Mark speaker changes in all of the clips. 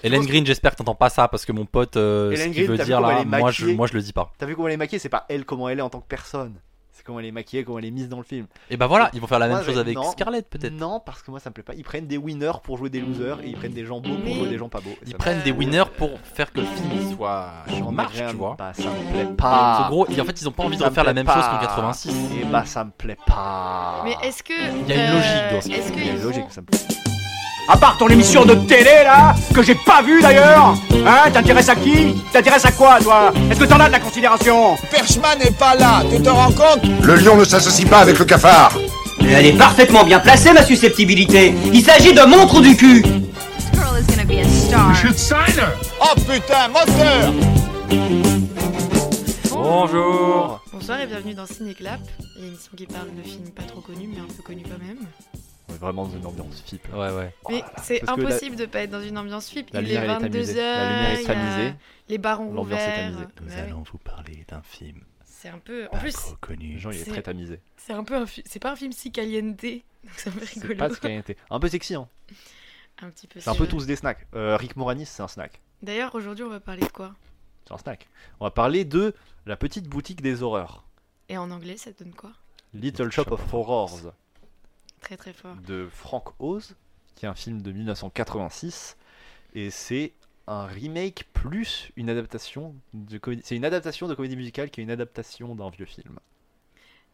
Speaker 1: Hélène Green, j'espère que t'entends pas ça parce que mon pote, euh, ce
Speaker 2: Hélène
Speaker 1: qu'il
Speaker 2: Green,
Speaker 1: veut
Speaker 2: t'as vu
Speaker 1: dire
Speaker 2: comment
Speaker 1: là,
Speaker 2: elle est
Speaker 1: moi je,
Speaker 2: maquillée
Speaker 1: moi je le dis pas.
Speaker 2: T'as vu comment elle est maquillée C'est pas elle comment elle est en tant que personne. C'est comment elle est maquillée, comment elle est mise dans le film.
Speaker 1: Et bah voilà, ils vont faire la
Speaker 2: Moi,
Speaker 1: même chose
Speaker 2: j'ai-
Speaker 1: avec
Speaker 2: non.
Speaker 1: Scarlett peut-être.
Speaker 2: Non, parce que moi ça me plaît pas. Ils prennent des winners pour jouer des losers et ils prennent des gens beaux pour
Speaker 3: Mais-
Speaker 2: jouer des gens pas beaux. Et
Speaker 1: Ils
Speaker 2: ça me-
Speaker 1: prennent des winners pour faire que le film soit
Speaker 2: ça
Speaker 1: en
Speaker 2: me
Speaker 1: marche,
Speaker 2: plaît
Speaker 1: tu vois.
Speaker 2: Pas, ça me plaît
Speaker 1: En
Speaker 2: pas.
Speaker 1: gros, et en fait, ils ont pas envie de
Speaker 2: Ah. Ça me
Speaker 1: refaire la
Speaker 2: plaît
Speaker 1: même chose qu'en
Speaker 2: pas.
Speaker 1: 86.
Speaker 2: Et bah ça me plaît pas.
Speaker 3: Mais est-ce que. euh,
Speaker 1: y a une logique dans ce
Speaker 3: Est-ce
Speaker 2: Il y a une
Speaker 3: que.
Speaker 2: logique,
Speaker 3: Logique.
Speaker 2: ça me plaît.
Speaker 4: À part ton émission de télé là, que j'ai pas vue d'ailleurs Hein T'intéresses à qui T'intéresses à quoi toi Est-ce que t'en as de la considération
Speaker 5: Perchman n'est pas là, tu te rends compte
Speaker 6: Le lion ne s'associe pas avec le cafard.
Speaker 7: Mais elle est parfaitement bien placée, ma susceptibilité. Il s'agit de mon trou du cul.
Speaker 3: Girl is gonna be a star.
Speaker 5: Oh putain, moteur
Speaker 1: Bonjour
Speaker 3: Bonsoir et bienvenue dans Cineclap, l'émission qui parle de films pas trop connus mais un peu connus quand même.
Speaker 2: On est vraiment dans une ambiance FIP.
Speaker 1: Ouais, ouais.
Speaker 3: Mais c'est
Speaker 2: Ah, Parce que la-
Speaker 3: impossible de pas être dans une ambiance FIP.
Speaker 2: La
Speaker 3: Il
Speaker 2: lumière,
Speaker 3: est
Speaker 2: elle est tamisée.
Speaker 3: 22h.
Speaker 2: La lumière est tamisée.
Speaker 3: Les bars ont
Speaker 2: L'ambiance est
Speaker 3: ouvert.
Speaker 2: tamisée.
Speaker 3: Ouais, ouais.
Speaker 1: vous parler d'un film
Speaker 3: C'est un peu. En plus,
Speaker 2: Les
Speaker 1: connu.
Speaker 2: gens, il est
Speaker 3: C'est-
Speaker 2: très tamisé.
Speaker 3: c'est un peu un fi- C'est pas un film si caliente, donc ça me fait
Speaker 2: C'est
Speaker 3: rigolo.
Speaker 2: pas ce qu'il y a été. Un peu sexy, hein.
Speaker 3: Un petit peu
Speaker 2: C'est un
Speaker 3: si
Speaker 2: peu
Speaker 3: je-
Speaker 2: tous des snacks. Euh, Rick Moranis, c'est un snack.
Speaker 3: D'ailleurs, aujourd'hui, on va parler de quoi
Speaker 2: C'est un snack. On va parler de la petite boutique des horreurs.
Speaker 3: Et en anglais, ça donne quoi
Speaker 2: Little Shop of Horrors
Speaker 3: Très très fort.
Speaker 2: de Frank Oz, qui est un film de 1986. Et c'est un remake plus une adaptation de comédie. C'est une adaptation de comédie musicale qui est une adaptation d'un vieux film.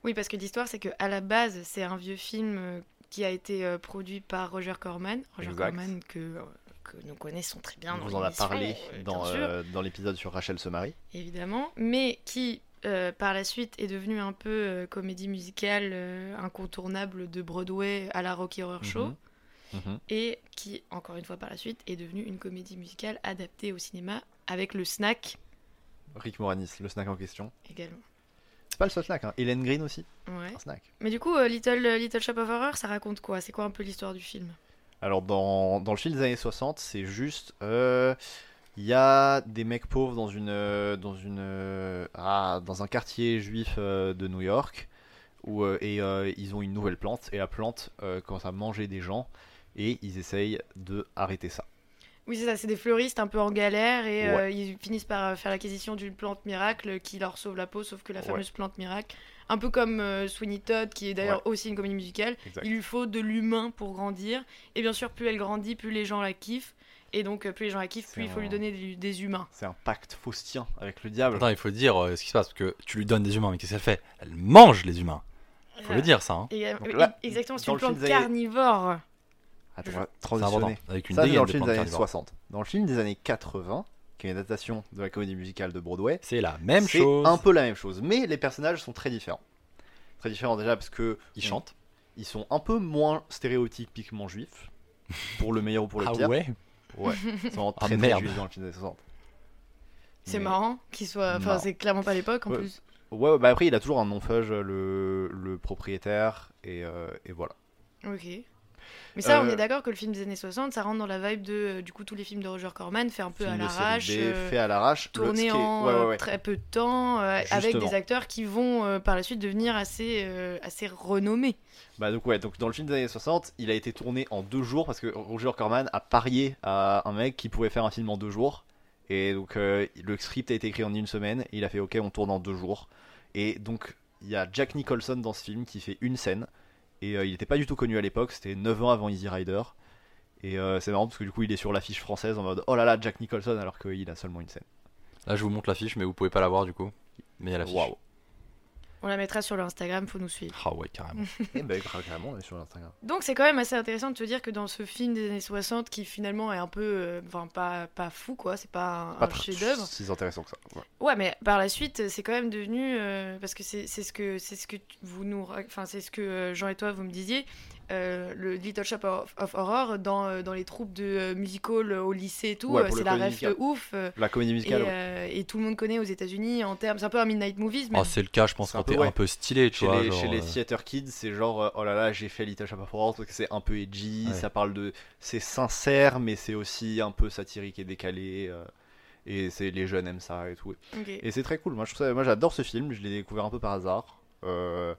Speaker 3: Oui, parce que l'histoire, c'est que à la base, c'est un vieux film euh, qui a été euh, produit par Roger Corman. Roger
Speaker 2: Exact.
Speaker 3: Corman que, euh, que nous connaissons très bien.
Speaker 2: On
Speaker 3: dans
Speaker 2: vous en a
Speaker 3: l'émission,
Speaker 2: parlé
Speaker 3: euh,
Speaker 2: dans,
Speaker 3: bien sûr,
Speaker 2: euh, dans l'épisode sur Rachel se marie.
Speaker 3: évidemment, mais qui euh, par la suite est devenu un peu euh, comédie musicale euh, incontournable de Broadway à la Rocky Horror Show.
Speaker 2: Mhm. Mhm.
Speaker 3: Et qui, encore une fois par la suite, est devenue une comédie musicale adaptée au cinéma avec le snack
Speaker 2: Rick Moranis, le snack en question.
Speaker 3: également.
Speaker 2: C'est pas le seul snack, hein. Hélène Green aussi,
Speaker 3: Ouais.
Speaker 2: un snack.
Speaker 3: Mais du coup, euh, Little, euh, Little Shop of Horror, ça raconte quoi C'est quoi un peu l'histoire du film
Speaker 2: Alors dans, dans le film des années 60, c'est juste... euh, Il y a des mecs pauvres dans une euh, dans une euh, ah, dans un quartier juif euh, de New York où euh, et euh, ils ont une nouvelle plante et la plante euh, commence à manger des gens et ils essayent de arrêter ça.
Speaker 3: Oui, c'est ça, c'est des fleuristes un peu en galère et
Speaker 2: Ouais.
Speaker 3: euh, ils finissent par euh, faire l'acquisition d'une plante miracle qui leur sauve la peau, sauf que la
Speaker 2: Ouais.
Speaker 3: fameuse plante miracle, un peu comme euh, Sweeney Todd, qui est d'ailleurs aussi une comédie musicale,
Speaker 2: Exact.
Speaker 3: il lui faut de l'humain pour grandir. Et bien sûr, plus elle grandit, plus les gens la kiffent. Et donc, euh, plus les gens la kiffent,
Speaker 2: C'est
Speaker 3: plus il faut
Speaker 2: un-
Speaker 3: lui donner des, des humains.
Speaker 2: C'est un pacte faustien avec le diable.
Speaker 1: Attends, il faut dire euh, ce qui se passe parce que tu lui donnes des humains, mais qu'est-ce qu'elle fait Elle mange les humains. Faut le dire ça. Hein.
Speaker 3: Et, euh,
Speaker 2: Donc là,
Speaker 3: et- exactement, c'est
Speaker 2: dans le
Speaker 3: une
Speaker 2: film,
Speaker 3: plante
Speaker 2: vous avez-
Speaker 3: carnivore.
Speaker 2: Attends, on va
Speaker 1: C'est important.
Speaker 2: transitionner.
Speaker 1: Avec une
Speaker 2: Ça, c'est dans
Speaker 1: dégaine
Speaker 2: le
Speaker 1: de
Speaker 2: film
Speaker 1: plantes
Speaker 2: des années
Speaker 1: carnivores.
Speaker 2: 60. Dans le film des années 80, qui est une adaptation de la comédie musicale de Broadway,
Speaker 1: C'est la même
Speaker 2: c'est
Speaker 1: chose.
Speaker 2: un peu la même chose, mais les personnages sont très différents. Très différents déjà parce que
Speaker 1: Ils
Speaker 2: on-
Speaker 1: chantent.
Speaker 2: ils sont un peu moins stéréotypiquement juifs, pour le meilleur ou pour le
Speaker 1: Ah
Speaker 2: pire.
Speaker 1: ouais
Speaker 2: Ouais, ils sont
Speaker 1: Ah,
Speaker 2: très, très
Speaker 1: merde.
Speaker 2: juifs dans le film des années 60.
Speaker 3: C'est
Speaker 2: Mais-
Speaker 3: marrant qu'il soit. Enfin,
Speaker 2: Non.
Speaker 3: c'est clairement pas l'époque en
Speaker 2: Ouais.
Speaker 3: plus.
Speaker 2: Ouais, ouais, bah après il a toujours un nom fudge le, le propriétaire et, euh, et voilà.
Speaker 3: Ok. Mais ça, on
Speaker 2: Euh,
Speaker 3: est d'accord que le film des années 60, ça rentre dans la vibe de. euh, Du coup, tous les films de Roger Corman fait un peu à
Speaker 2: Film de série
Speaker 3: l'arrache,
Speaker 2: B,
Speaker 3: euh,
Speaker 2: fait à l'arrache, le- ce qui
Speaker 3: tourné
Speaker 2: est- ouais,
Speaker 3: en
Speaker 2: ouais,
Speaker 3: euh,
Speaker 2: ouais.
Speaker 3: très peu de temps, euh, avec
Speaker 2: Justement.
Speaker 3: des acteurs qui vont euh, par la suite devenir assez, euh, assez renommés.
Speaker 2: Bah donc ouais, donc dans le film des années 60, il a été tourné en deux jours parce que Roger Corman a parié à un mec qui pouvait faire un film en deux jours. Et donc euh, le script a été écrit en une semaine, et il a fait ok on tourne en deux jours. Et donc il y a Jack Nicholson dans ce film qui fait une scène. Et euh, il n'était pas du tout connu à l'époque, c'était 9 ans avant Easy Rider. Et euh, c'est marrant parce que du coup il est sur l'affiche française en mode oh là là Jack Nicholson alors qu'il a seulement une scène.
Speaker 1: Là, je vous montre l'affiche, mais vous pouvez pas la voir du coup. Mais il y a l'affiche.
Speaker 2: Waouh.
Speaker 3: On la mettra sur leur Instagram, faut nous suivre.
Speaker 1: Ah ouais, carrément.
Speaker 2: Et bah carrément on est sur Instagram.
Speaker 3: Donc c'est quand même assez intéressant de te dire que dans ce film des années 60, qui finalement est un peu, euh, enfin pas, pas fou quoi, c'est pas un,
Speaker 2: Pas
Speaker 3: un
Speaker 2: très-
Speaker 3: chef-d'œuvre.
Speaker 2: si intéressant que ça. Ouais.
Speaker 3: Ouais, mais par la suite, c'est quand même devenu euh, parce que c'est c'est ce que c'est ce que tu- vous nous, ra- enfin c'est ce que euh, Jean et toi vous me disiez. euh, le Little Shop of, of Horror dans, euh, dans les troupes de euh, musical euh, au lycée et tout,
Speaker 2: Ouais,
Speaker 3: euh,
Speaker 2: pour
Speaker 3: c'est
Speaker 2: le
Speaker 3: la
Speaker 2: comédie
Speaker 3: rêve de
Speaker 2: musicale.
Speaker 3: ouf. euh,
Speaker 2: La comédie
Speaker 3: Et,
Speaker 2: musicale. ouais.
Speaker 3: euh, et tout le monde connaît aux États-Unis en termes. C'est un peu un Midnight Movies,
Speaker 2: Ah,
Speaker 3: mais.
Speaker 1: Oh, c'est le cas, je pense,
Speaker 2: C'est un
Speaker 1: quand
Speaker 2: peu,
Speaker 1: t'es
Speaker 2: ouais.
Speaker 1: un peu stylé, tu
Speaker 2: Chez,
Speaker 1: vois.
Speaker 2: les,
Speaker 1: genre,
Speaker 2: chez les
Speaker 1: euh,
Speaker 2: theater kids, c'est genre euh, oh là là, j'ai fait Little Shop of Horrors parce que c'est un peu edgy,
Speaker 1: Ouais.
Speaker 2: ça parle de c'est sincère mais c'est aussi un peu satirique et décalé euh, et c'est les jeunes aiment ça et tout.
Speaker 3: Ok.
Speaker 2: Et c'est très cool. Moi je trouve ça- moi j'adore ce film, je l'ai découvert un peu par hasard. Euh,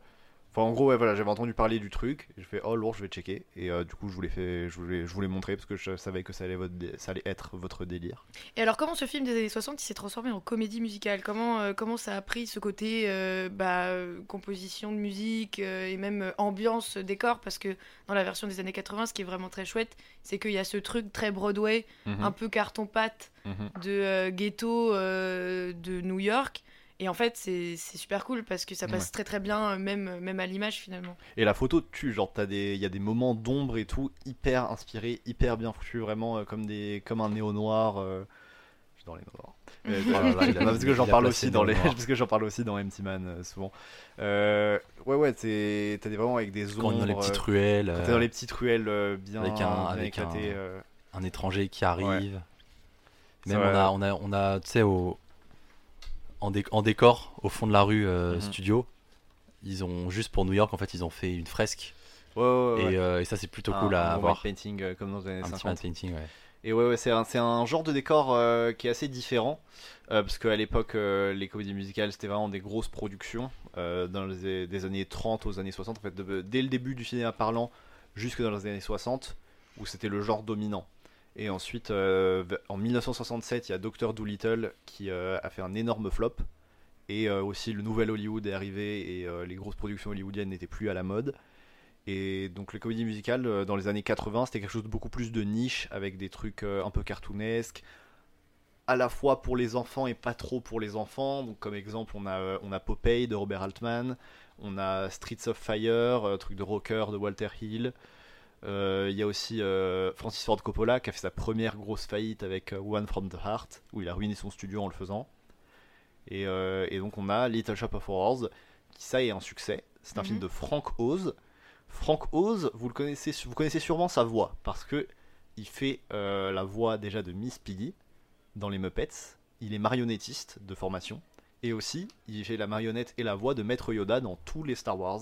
Speaker 2: Enfin, en gros, ouais, voilà, j'avais entendu parler du truc. Et je fais, oh lourd, je vais checker. Et euh, du coup, je vous l'ai fait, je voulais, je voulais montrer parce que je savais que ça allait, votre dé- ça allait être votre délire.
Speaker 3: Et alors, comment ce film des années 60 il s'est transformé en comédie musicale comment, euh, comment ça a pris ce côté euh, bah, euh, composition de musique euh, et même euh, ambiance, euh, décor Parce que dans la version des années 80, ce qui est vraiment très chouette, c'est qu'il y a ce truc très Broadway,
Speaker 1: Mhm.
Speaker 3: un peu carton-pâte
Speaker 2: Mhm.
Speaker 3: de euh, ghetto euh, de New York. Et en fait, c'est c'est super cool parce que ça passe très très bien, euh, même, même à l'image finalement.
Speaker 2: Et la photo tue, genre t'as des, il y a des moments d'ombre et tout, hyper inspiré, hyper bien foutu, vraiment euh, comme des, comme un néo noir. euh, Je suis dans les noirs. Euh,
Speaker 1: Oh là là, il a-
Speaker 2: parce que
Speaker 1: il
Speaker 2: j'en
Speaker 1: a
Speaker 2: parle
Speaker 1: placé
Speaker 2: aussi dans
Speaker 1: le
Speaker 2: les,
Speaker 1: noir.
Speaker 2: parce que j'en parle aussi dans Empty Man euh, souvent. Euh, ouais ouais, t'es, t'as des vraiment avec des
Speaker 1: Quand on
Speaker 2: ombres.
Speaker 1: est dans les petites
Speaker 2: euh,
Speaker 1: ruelles,
Speaker 2: quand
Speaker 1: euh,
Speaker 2: t'es dans les petites ruelles euh, bien,
Speaker 1: avec un-
Speaker 2: bien
Speaker 1: avec un-
Speaker 2: éclatées, euh,
Speaker 1: un étranger qui arrive. Même
Speaker 2: Ça
Speaker 1: on
Speaker 2: va.
Speaker 1: a, on a, on a, tu sais, au en, dé- en décor au fond de la rue euh,
Speaker 2: Mhm.
Speaker 1: studio. Ils ont juste pour New York, en fait, ils ont fait une fresque
Speaker 2: Ouais, ouais, ouais.
Speaker 1: et, euh, et ça c'est plutôt
Speaker 2: Un-
Speaker 1: cool
Speaker 2: un
Speaker 1: à
Speaker 2: bon
Speaker 1: voir.
Speaker 2: white painting euh, comme dans les années
Speaker 1: Un petit
Speaker 2: 50.
Speaker 1: matte painting, ouais.
Speaker 2: Et ouais, ouais, c'est un, c'est un genre de décor euh, qui est assez différent. euh, parce qu'à l'époque, euh, les comédies musicales, c'était vraiment des grosses productions. euh, dans les, des années 30 aux années 60, en fait, de- dès le début du cinéma parlant jusque dans les années 60, où c'était le genre dominant. Et ensuite, euh, v- en 1967, il y a Doctor Dolittle qui euh, a fait un énorme flop. Et euh, aussi, le nouvel Hollywood est arrivé et euh, les grosses productions hollywoodiennes n'étaient plus à la mode. Et donc les comédies musicales euh, dans les années 80, c'était quelque chose de beaucoup plus de niche avec des trucs euh, un peu cartoonesques, à la fois pour les enfants et pas trop pour les enfants. Donc comme exemple, on a euh, on a Popeye de Robert Altman, on a Streets of Fire, euh, truc de rocker de Walter Hill. Euh, Il y a aussi euh, Francis Ford Coppola qui a fait sa première grosse faillite avec euh, One from the Heart, où il a ruiné son studio en le faisant. Et, euh, et donc on a Little Shop of Horrors, qui ça est un succès. C'est un film
Speaker 3: Mhm.
Speaker 2: de Frank Oz. Frank Oz, vous le connaissez, vous connaissez sûrement sa voix parce que il fait euh, la voix déjà de Miss Piggy dans les Muppets. Il est marionnettiste de formation et aussi il fait la marionnette et la voix de Maître Yoda dans tous les Star Wars,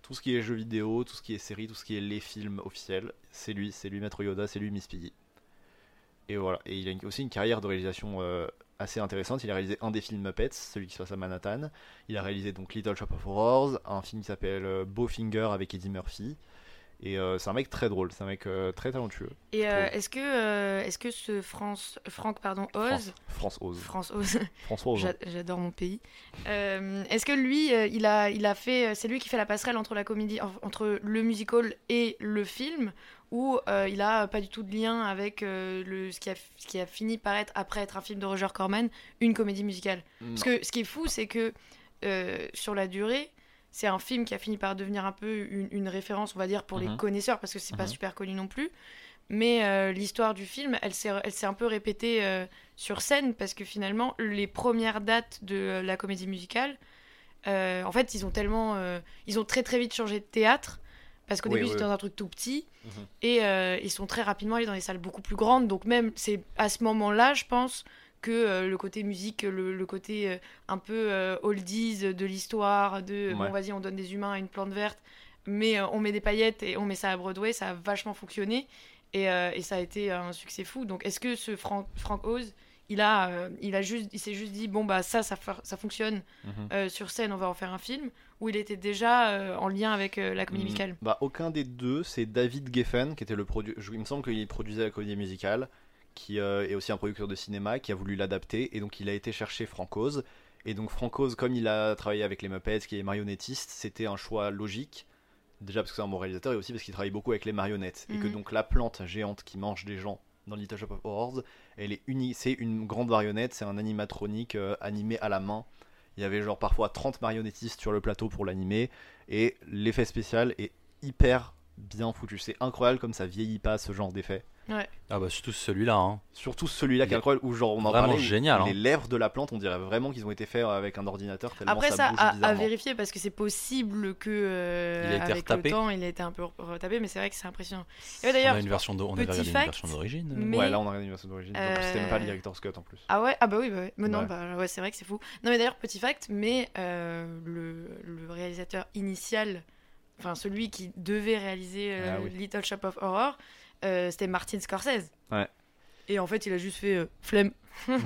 Speaker 2: tout ce qui est jeux vidéo, tout ce qui est séries, tout ce qui est les films officiels. C'est lui, c'est lui Maître Yoda, c'est lui Miss Piggy. Et voilà. Et il a une- aussi une carrière de réalisation euh, assez intéressante. Il a réalisé un des films Muppets, celui qui se passe à Manhattan. Il a réalisé donc Little Shop of Horrors, un film qui s'appelle euh, Bowfinger avec Eddie Murphy. Et euh, c'est un mec très drôle, c'est un mec euh, très talentueux.
Speaker 3: Et euh,
Speaker 2: Trop.
Speaker 3: est-ce que, euh, est-ce que ce France, Franck pardon, Oz,
Speaker 2: France, France Oz.
Speaker 3: France Oz,
Speaker 2: François Ozon.
Speaker 3: J'a- J'adore mon pays. Euh, Est-ce que lui, euh, il a, il a fait, euh, c'est lui qui fait la passerelle entre la comédie, en- entre le musical et le film, ou euh, il a pas du tout de lien avec euh, le, ce, qui a, ce qui a fini par être après être un film de Roger Corman, une comédie musicale. Parce que ce qui est fou, c'est que euh, sur la durée, c'est un film qui a fini par devenir un peu une, une référence, on va dire, pour les
Speaker 2: Mhm.
Speaker 3: connaisseurs, parce que c'est pas
Speaker 2: Mhm.
Speaker 3: super connu non plus. Mais euh, l'histoire du film, elle s'est elle s'est un peu répétée euh, sur scène, parce que finalement, les premières dates de euh, la comédie musicale, euh, en fait, ils ont tellement. euh, ils ont très très vite changé de théâtre, parce qu'au
Speaker 2: Oui,
Speaker 3: début,
Speaker 2: oui,
Speaker 3: c'était
Speaker 2: oui.
Speaker 3: dans un truc tout petit.
Speaker 2: Mhm.
Speaker 3: Et euh, ils sont très rapidement allés dans des salles beaucoup plus grandes. Donc, même, c'est à ce moment-là, je pense, que euh, le côté musique, le, le côté euh, un peu euh, oldies euh, de l'histoire, de euh,
Speaker 2: Ouais.
Speaker 3: bon vas-y on donne des humains à une plante verte, mais euh, on met des paillettes et on met ça à Broadway, ça a vachement fonctionné et, euh, et ça a été un succès fou. Donc est-ce que ce Frank, Frank Oz, il a, euh, il a juste, il s'est juste dit bon bah ça ça, fa- ça fonctionne
Speaker 2: Mhm.
Speaker 3: euh, sur scène, on va en faire un film, ou il était déjà euh, en lien avec euh, la comédie
Speaker 2: Mm,
Speaker 3: musicale.
Speaker 2: Bah, aucun des deux, c'est David Geffen qui était le produ- je- Il me semble qu'il produisait la comédie musicale, qui euh, est aussi un producteur de cinéma, qui a voulu l'adapter, et donc il a été chercher Francoz. Et donc Francoz, comme il a travaillé avec les Muppets, qui est marionnettiste, c'était un choix logique. Déjà parce que c'est un bon réalisateur et aussi parce qu'il travaille beaucoup avec les marionnettes. Et que
Speaker 3: Mhm.
Speaker 2: donc la plante géante qui mange des gens dans Little Shop of Horrors, elle est uni- c'est une grande marionnette, c'est un animatronique euh, animé à la main. Il y avait genre parfois 30 marionnettistes sur le plateau pour l'animer. Et l'effet spécial est hyper bien foutu. C'est incroyable comme ça vieillit pas ce genre d'effet.
Speaker 1: Ah bah surtout celui-là. hein.
Speaker 2: Surtout celui-là qui
Speaker 1: Il est
Speaker 2: est incroyable où genre on en
Speaker 1: vraiment
Speaker 2: parlait, où
Speaker 1: génial,
Speaker 2: Les
Speaker 1: hein.
Speaker 2: lèvres de la plante, on dirait vraiment qu'ils ont été faits euh, avec un ordinateur tellement
Speaker 3: Après
Speaker 2: ça,
Speaker 3: ça,
Speaker 2: bouge
Speaker 3: à- à,
Speaker 2: bizarrement.
Speaker 3: vérifier parce que c'est possible que euh,
Speaker 1: Il a été
Speaker 3: avec
Speaker 1: retapé.
Speaker 3: le temps il a été un peu retapé, mais c'est vrai que c'est impressionnant. Et ouais,
Speaker 1: On
Speaker 3: d'ailleurs,
Speaker 1: a une version de, on avait
Speaker 3: petit
Speaker 1: regardé une
Speaker 3: fact, Mm.
Speaker 1: version d'origine.
Speaker 3: mais-
Speaker 2: Ouais, là on a l'animation d'origine. donc
Speaker 3: Euh,
Speaker 2: c'était même pas le director's cut en plus.
Speaker 3: Ah ouais, ah bah oui, bah ouais. Mais non,
Speaker 2: Ouais.
Speaker 3: bah ouais, c'est vrai que c'est fou. Non mais d'ailleurs, petit fact, mais euh, le, le réalisateur initial, enfin celui qui devait réaliser euh,
Speaker 2: Ah oui.
Speaker 3: Little Shop of Horror, euh, c'était Martin Scorsese.
Speaker 2: Ouais.
Speaker 3: Et en fait, il a juste fait euh, flemme.
Speaker 2: Ouais,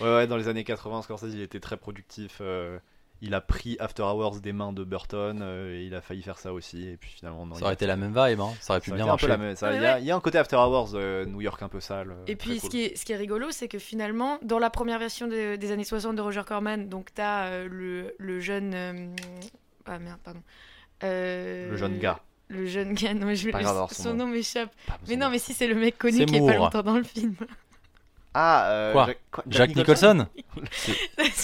Speaker 2: ouais, dans les années 80, Scorsese il était très productif. euh, il a pris After Hours des mains de Burton, euh, et il a failli faire ça aussi, et puis finalement, non.
Speaker 1: Ça
Speaker 2: il-
Speaker 1: aurait été la même vibe, hein. ça aurait pu bien
Speaker 2: ça aurait été un peu
Speaker 1: marcher.
Speaker 2: la même- ça-
Speaker 3: Ouais,
Speaker 2: Il y, a- il y a un côté After Hours euh, New York un peu sale. euh,
Speaker 3: Et
Speaker 2: très
Speaker 3: puis,
Speaker 2: cool.
Speaker 3: ce, qui est, ce qui est rigolo, c'est que finalement, dans la première version de- des années 60 de Roger Corman, donc t'as euh, le, le jeune. euh, ah merde, pardon. Euh,
Speaker 2: Le jeune gars.
Speaker 3: Le jeune gars, non, mais je,
Speaker 2: Pas grave d'avoir son
Speaker 3: son nom m'échappe.
Speaker 2: Pas
Speaker 3: Mais
Speaker 2: besoin.
Speaker 3: non, mais si, c'est le mec connu
Speaker 1: C'est
Speaker 3: qui est pas
Speaker 1: Moore.
Speaker 3: longtemps dans le film.
Speaker 2: Ah, euh,
Speaker 1: Quoi
Speaker 2: Jack, quoi,
Speaker 1: Jack Nicholson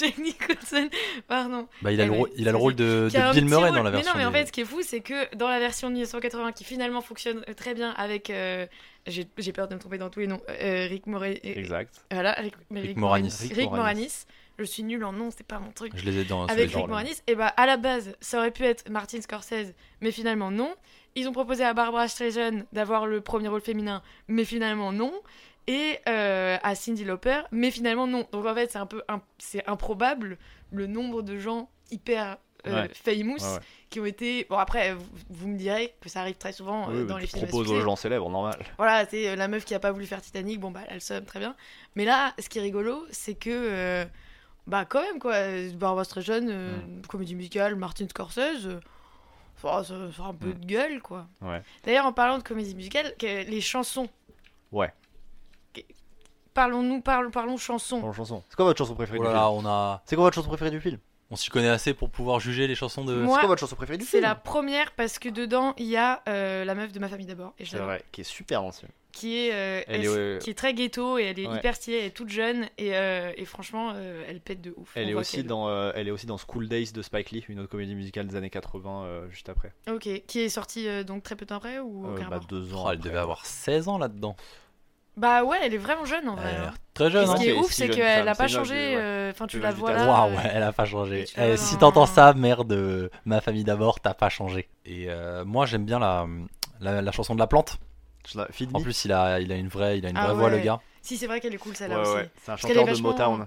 Speaker 3: Jack Nicholson, pardon.
Speaker 1: bah, il, a
Speaker 3: Eh
Speaker 1: le,
Speaker 3: oui,
Speaker 1: rôle- il a le
Speaker 3: c'est
Speaker 1: rôle Euh, de,
Speaker 3: Qui a
Speaker 1: de
Speaker 3: un
Speaker 1: Bill
Speaker 3: petit
Speaker 1: Murray
Speaker 3: rôle.
Speaker 1: dans la
Speaker 3: Mais
Speaker 1: version.
Speaker 3: non, mais en
Speaker 1: des-
Speaker 3: fait, ce qui est fou, c'est que dans la version de 1980, qui finalement fonctionne très bien avec. euh, J'ai j'ai peur de me tromper dans tous les noms. euh, Rick Moray.
Speaker 2: Exact.
Speaker 3: Voilà, Rick, mais
Speaker 1: Rick
Speaker 3: Rick
Speaker 1: Moranis.
Speaker 2: Rick
Speaker 3: Rick
Speaker 2: Moranis.
Speaker 3: Moranis. Je suis nulle en nom, c'est pas mon truc.
Speaker 1: Je les ai dans.
Speaker 3: Avec
Speaker 1: sur les
Speaker 3: Rick
Speaker 1: gens, là.
Speaker 3: Moranis, et bah à la base, ça aurait pu être Martin Scorsese, mais finalement non. Ils ont proposé à Barbara Streisand d'avoir le premier rôle féminin, mais finalement non. Et euh, à Cindy Lauper, mais finalement non. Donc en fait, c'est un peu imp- c'est improbable le nombre de gens hyper euh,
Speaker 2: Ouais.
Speaker 3: famous
Speaker 2: Ouais, ouais.
Speaker 3: qui ont été. Bon après, vous, vous me direz que ça arrive très souvent euh,
Speaker 2: Oui,
Speaker 3: dans
Speaker 2: mais
Speaker 3: les
Speaker 2: tu
Speaker 3: films. à
Speaker 2: proposes
Speaker 3: succès
Speaker 2: aux gens célèbres, normal.
Speaker 3: voilà, c'est euh, la meuf qui a pas voulu faire Titanic, bon bah elle somme très bien. Mais là, ce qui est rigolo, c'est que euh, bah quand même quoi, euh, Barbra Streisand, euh,
Speaker 2: Mm.
Speaker 3: comédie musicale, Martin Scorsese, euh, ça, ça- ça a un peu
Speaker 2: Mm.
Speaker 3: de gueule quoi.
Speaker 2: Ouais.
Speaker 3: D'ailleurs, en parlant de comédie musicale, que- les chansons.
Speaker 2: Ouais.
Speaker 3: Que- Parlons-nous, parlons, parlons chansons.
Speaker 2: Bon, chanson. C'est quoi votre chanson préférée
Speaker 1: Oh
Speaker 2: du
Speaker 1: là
Speaker 2: film
Speaker 1: là, on a,
Speaker 2: C'est quoi votre chanson préférée du film
Speaker 1: on s'y connaît assez pour pouvoir juger les chansons de.
Speaker 3: Moi,
Speaker 2: C'est quoi votre chanson préférée du
Speaker 3: C'est
Speaker 2: film
Speaker 3: la première parce que dedans il y a euh, la meuf de ma famille d'abord. et je
Speaker 2: C'est
Speaker 3: l'adore.
Speaker 2: vrai, qui est super ancien.
Speaker 3: qui est, euh,
Speaker 2: Elle est,
Speaker 3: elle-
Speaker 2: euh,
Speaker 3: qui est très ghetto et elle est
Speaker 2: ouais.
Speaker 3: hyper stylée, elle est toute jeune et, euh, et franchement euh, elle pète de ouf.
Speaker 2: Elle
Speaker 3: On
Speaker 2: est,
Speaker 3: voit
Speaker 2: aussi
Speaker 3: qu'elle-
Speaker 2: dans, euh, elle est aussi dans School Days de Spike Lee, une autre comédie musicale des années 80, euh, juste après.
Speaker 3: Ok, qui est sortie euh, donc très peu de temps après ou
Speaker 2: Euh,
Speaker 3: aucun
Speaker 2: bah,
Speaker 3: rapport
Speaker 2: deux ans.
Speaker 1: Oh, elle
Speaker 2: après.
Speaker 1: devait avoir 16 ans là-dedans.
Speaker 3: Bah ouais, elle est vraiment jeune en
Speaker 1: Elle a
Speaker 3: vrai. hein.
Speaker 1: l'air très
Speaker 3: Et
Speaker 1: jeune,
Speaker 3: ce
Speaker 1: hein.
Speaker 3: qui est
Speaker 2: C'est
Speaker 3: ouf,
Speaker 2: si
Speaker 3: c'est
Speaker 2: jeune
Speaker 3: qu'elle
Speaker 2: femme,
Speaker 3: a
Speaker 2: c'est
Speaker 3: pas
Speaker 2: l'âge
Speaker 3: changé.
Speaker 2: de- ouais.
Speaker 3: euh, Enfin, tu
Speaker 2: Tu
Speaker 3: la
Speaker 2: vas
Speaker 3: vois
Speaker 2: du
Speaker 3: là.
Speaker 1: Waouh,
Speaker 3: euh,
Speaker 1: ouais, elle a pas changé.
Speaker 3: tu vas
Speaker 1: Eh,
Speaker 3: dans
Speaker 1: si
Speaker 3: un-
Speaker 1: t'entends ça, merde, euh, ma famille d'abord, t'as pas changé. Et euh, moi, j'aime bien la, la, la chanson de la plante.
Speaker 2: Je la- Feed
Speaker 1: En
Speaker 2: Me.
Speaker 1: plus, il a, il a une vraie, il a une
Speaker 3: Ah
Speaker 1: vraie voix, le
Speaker 3: ouais.
Speaker 1: gars.
Speaker 3: Si, c'est vrai qu'elle est cool
Speaker 2: Ouais,
Speaker 3: celle-là aussi.
Speaker 2: ouais, C'est un
Speaker 3: qu'elle est
Speaker 2: chanteur
Speaker 3: vachement-
Speaker 2: de Motown.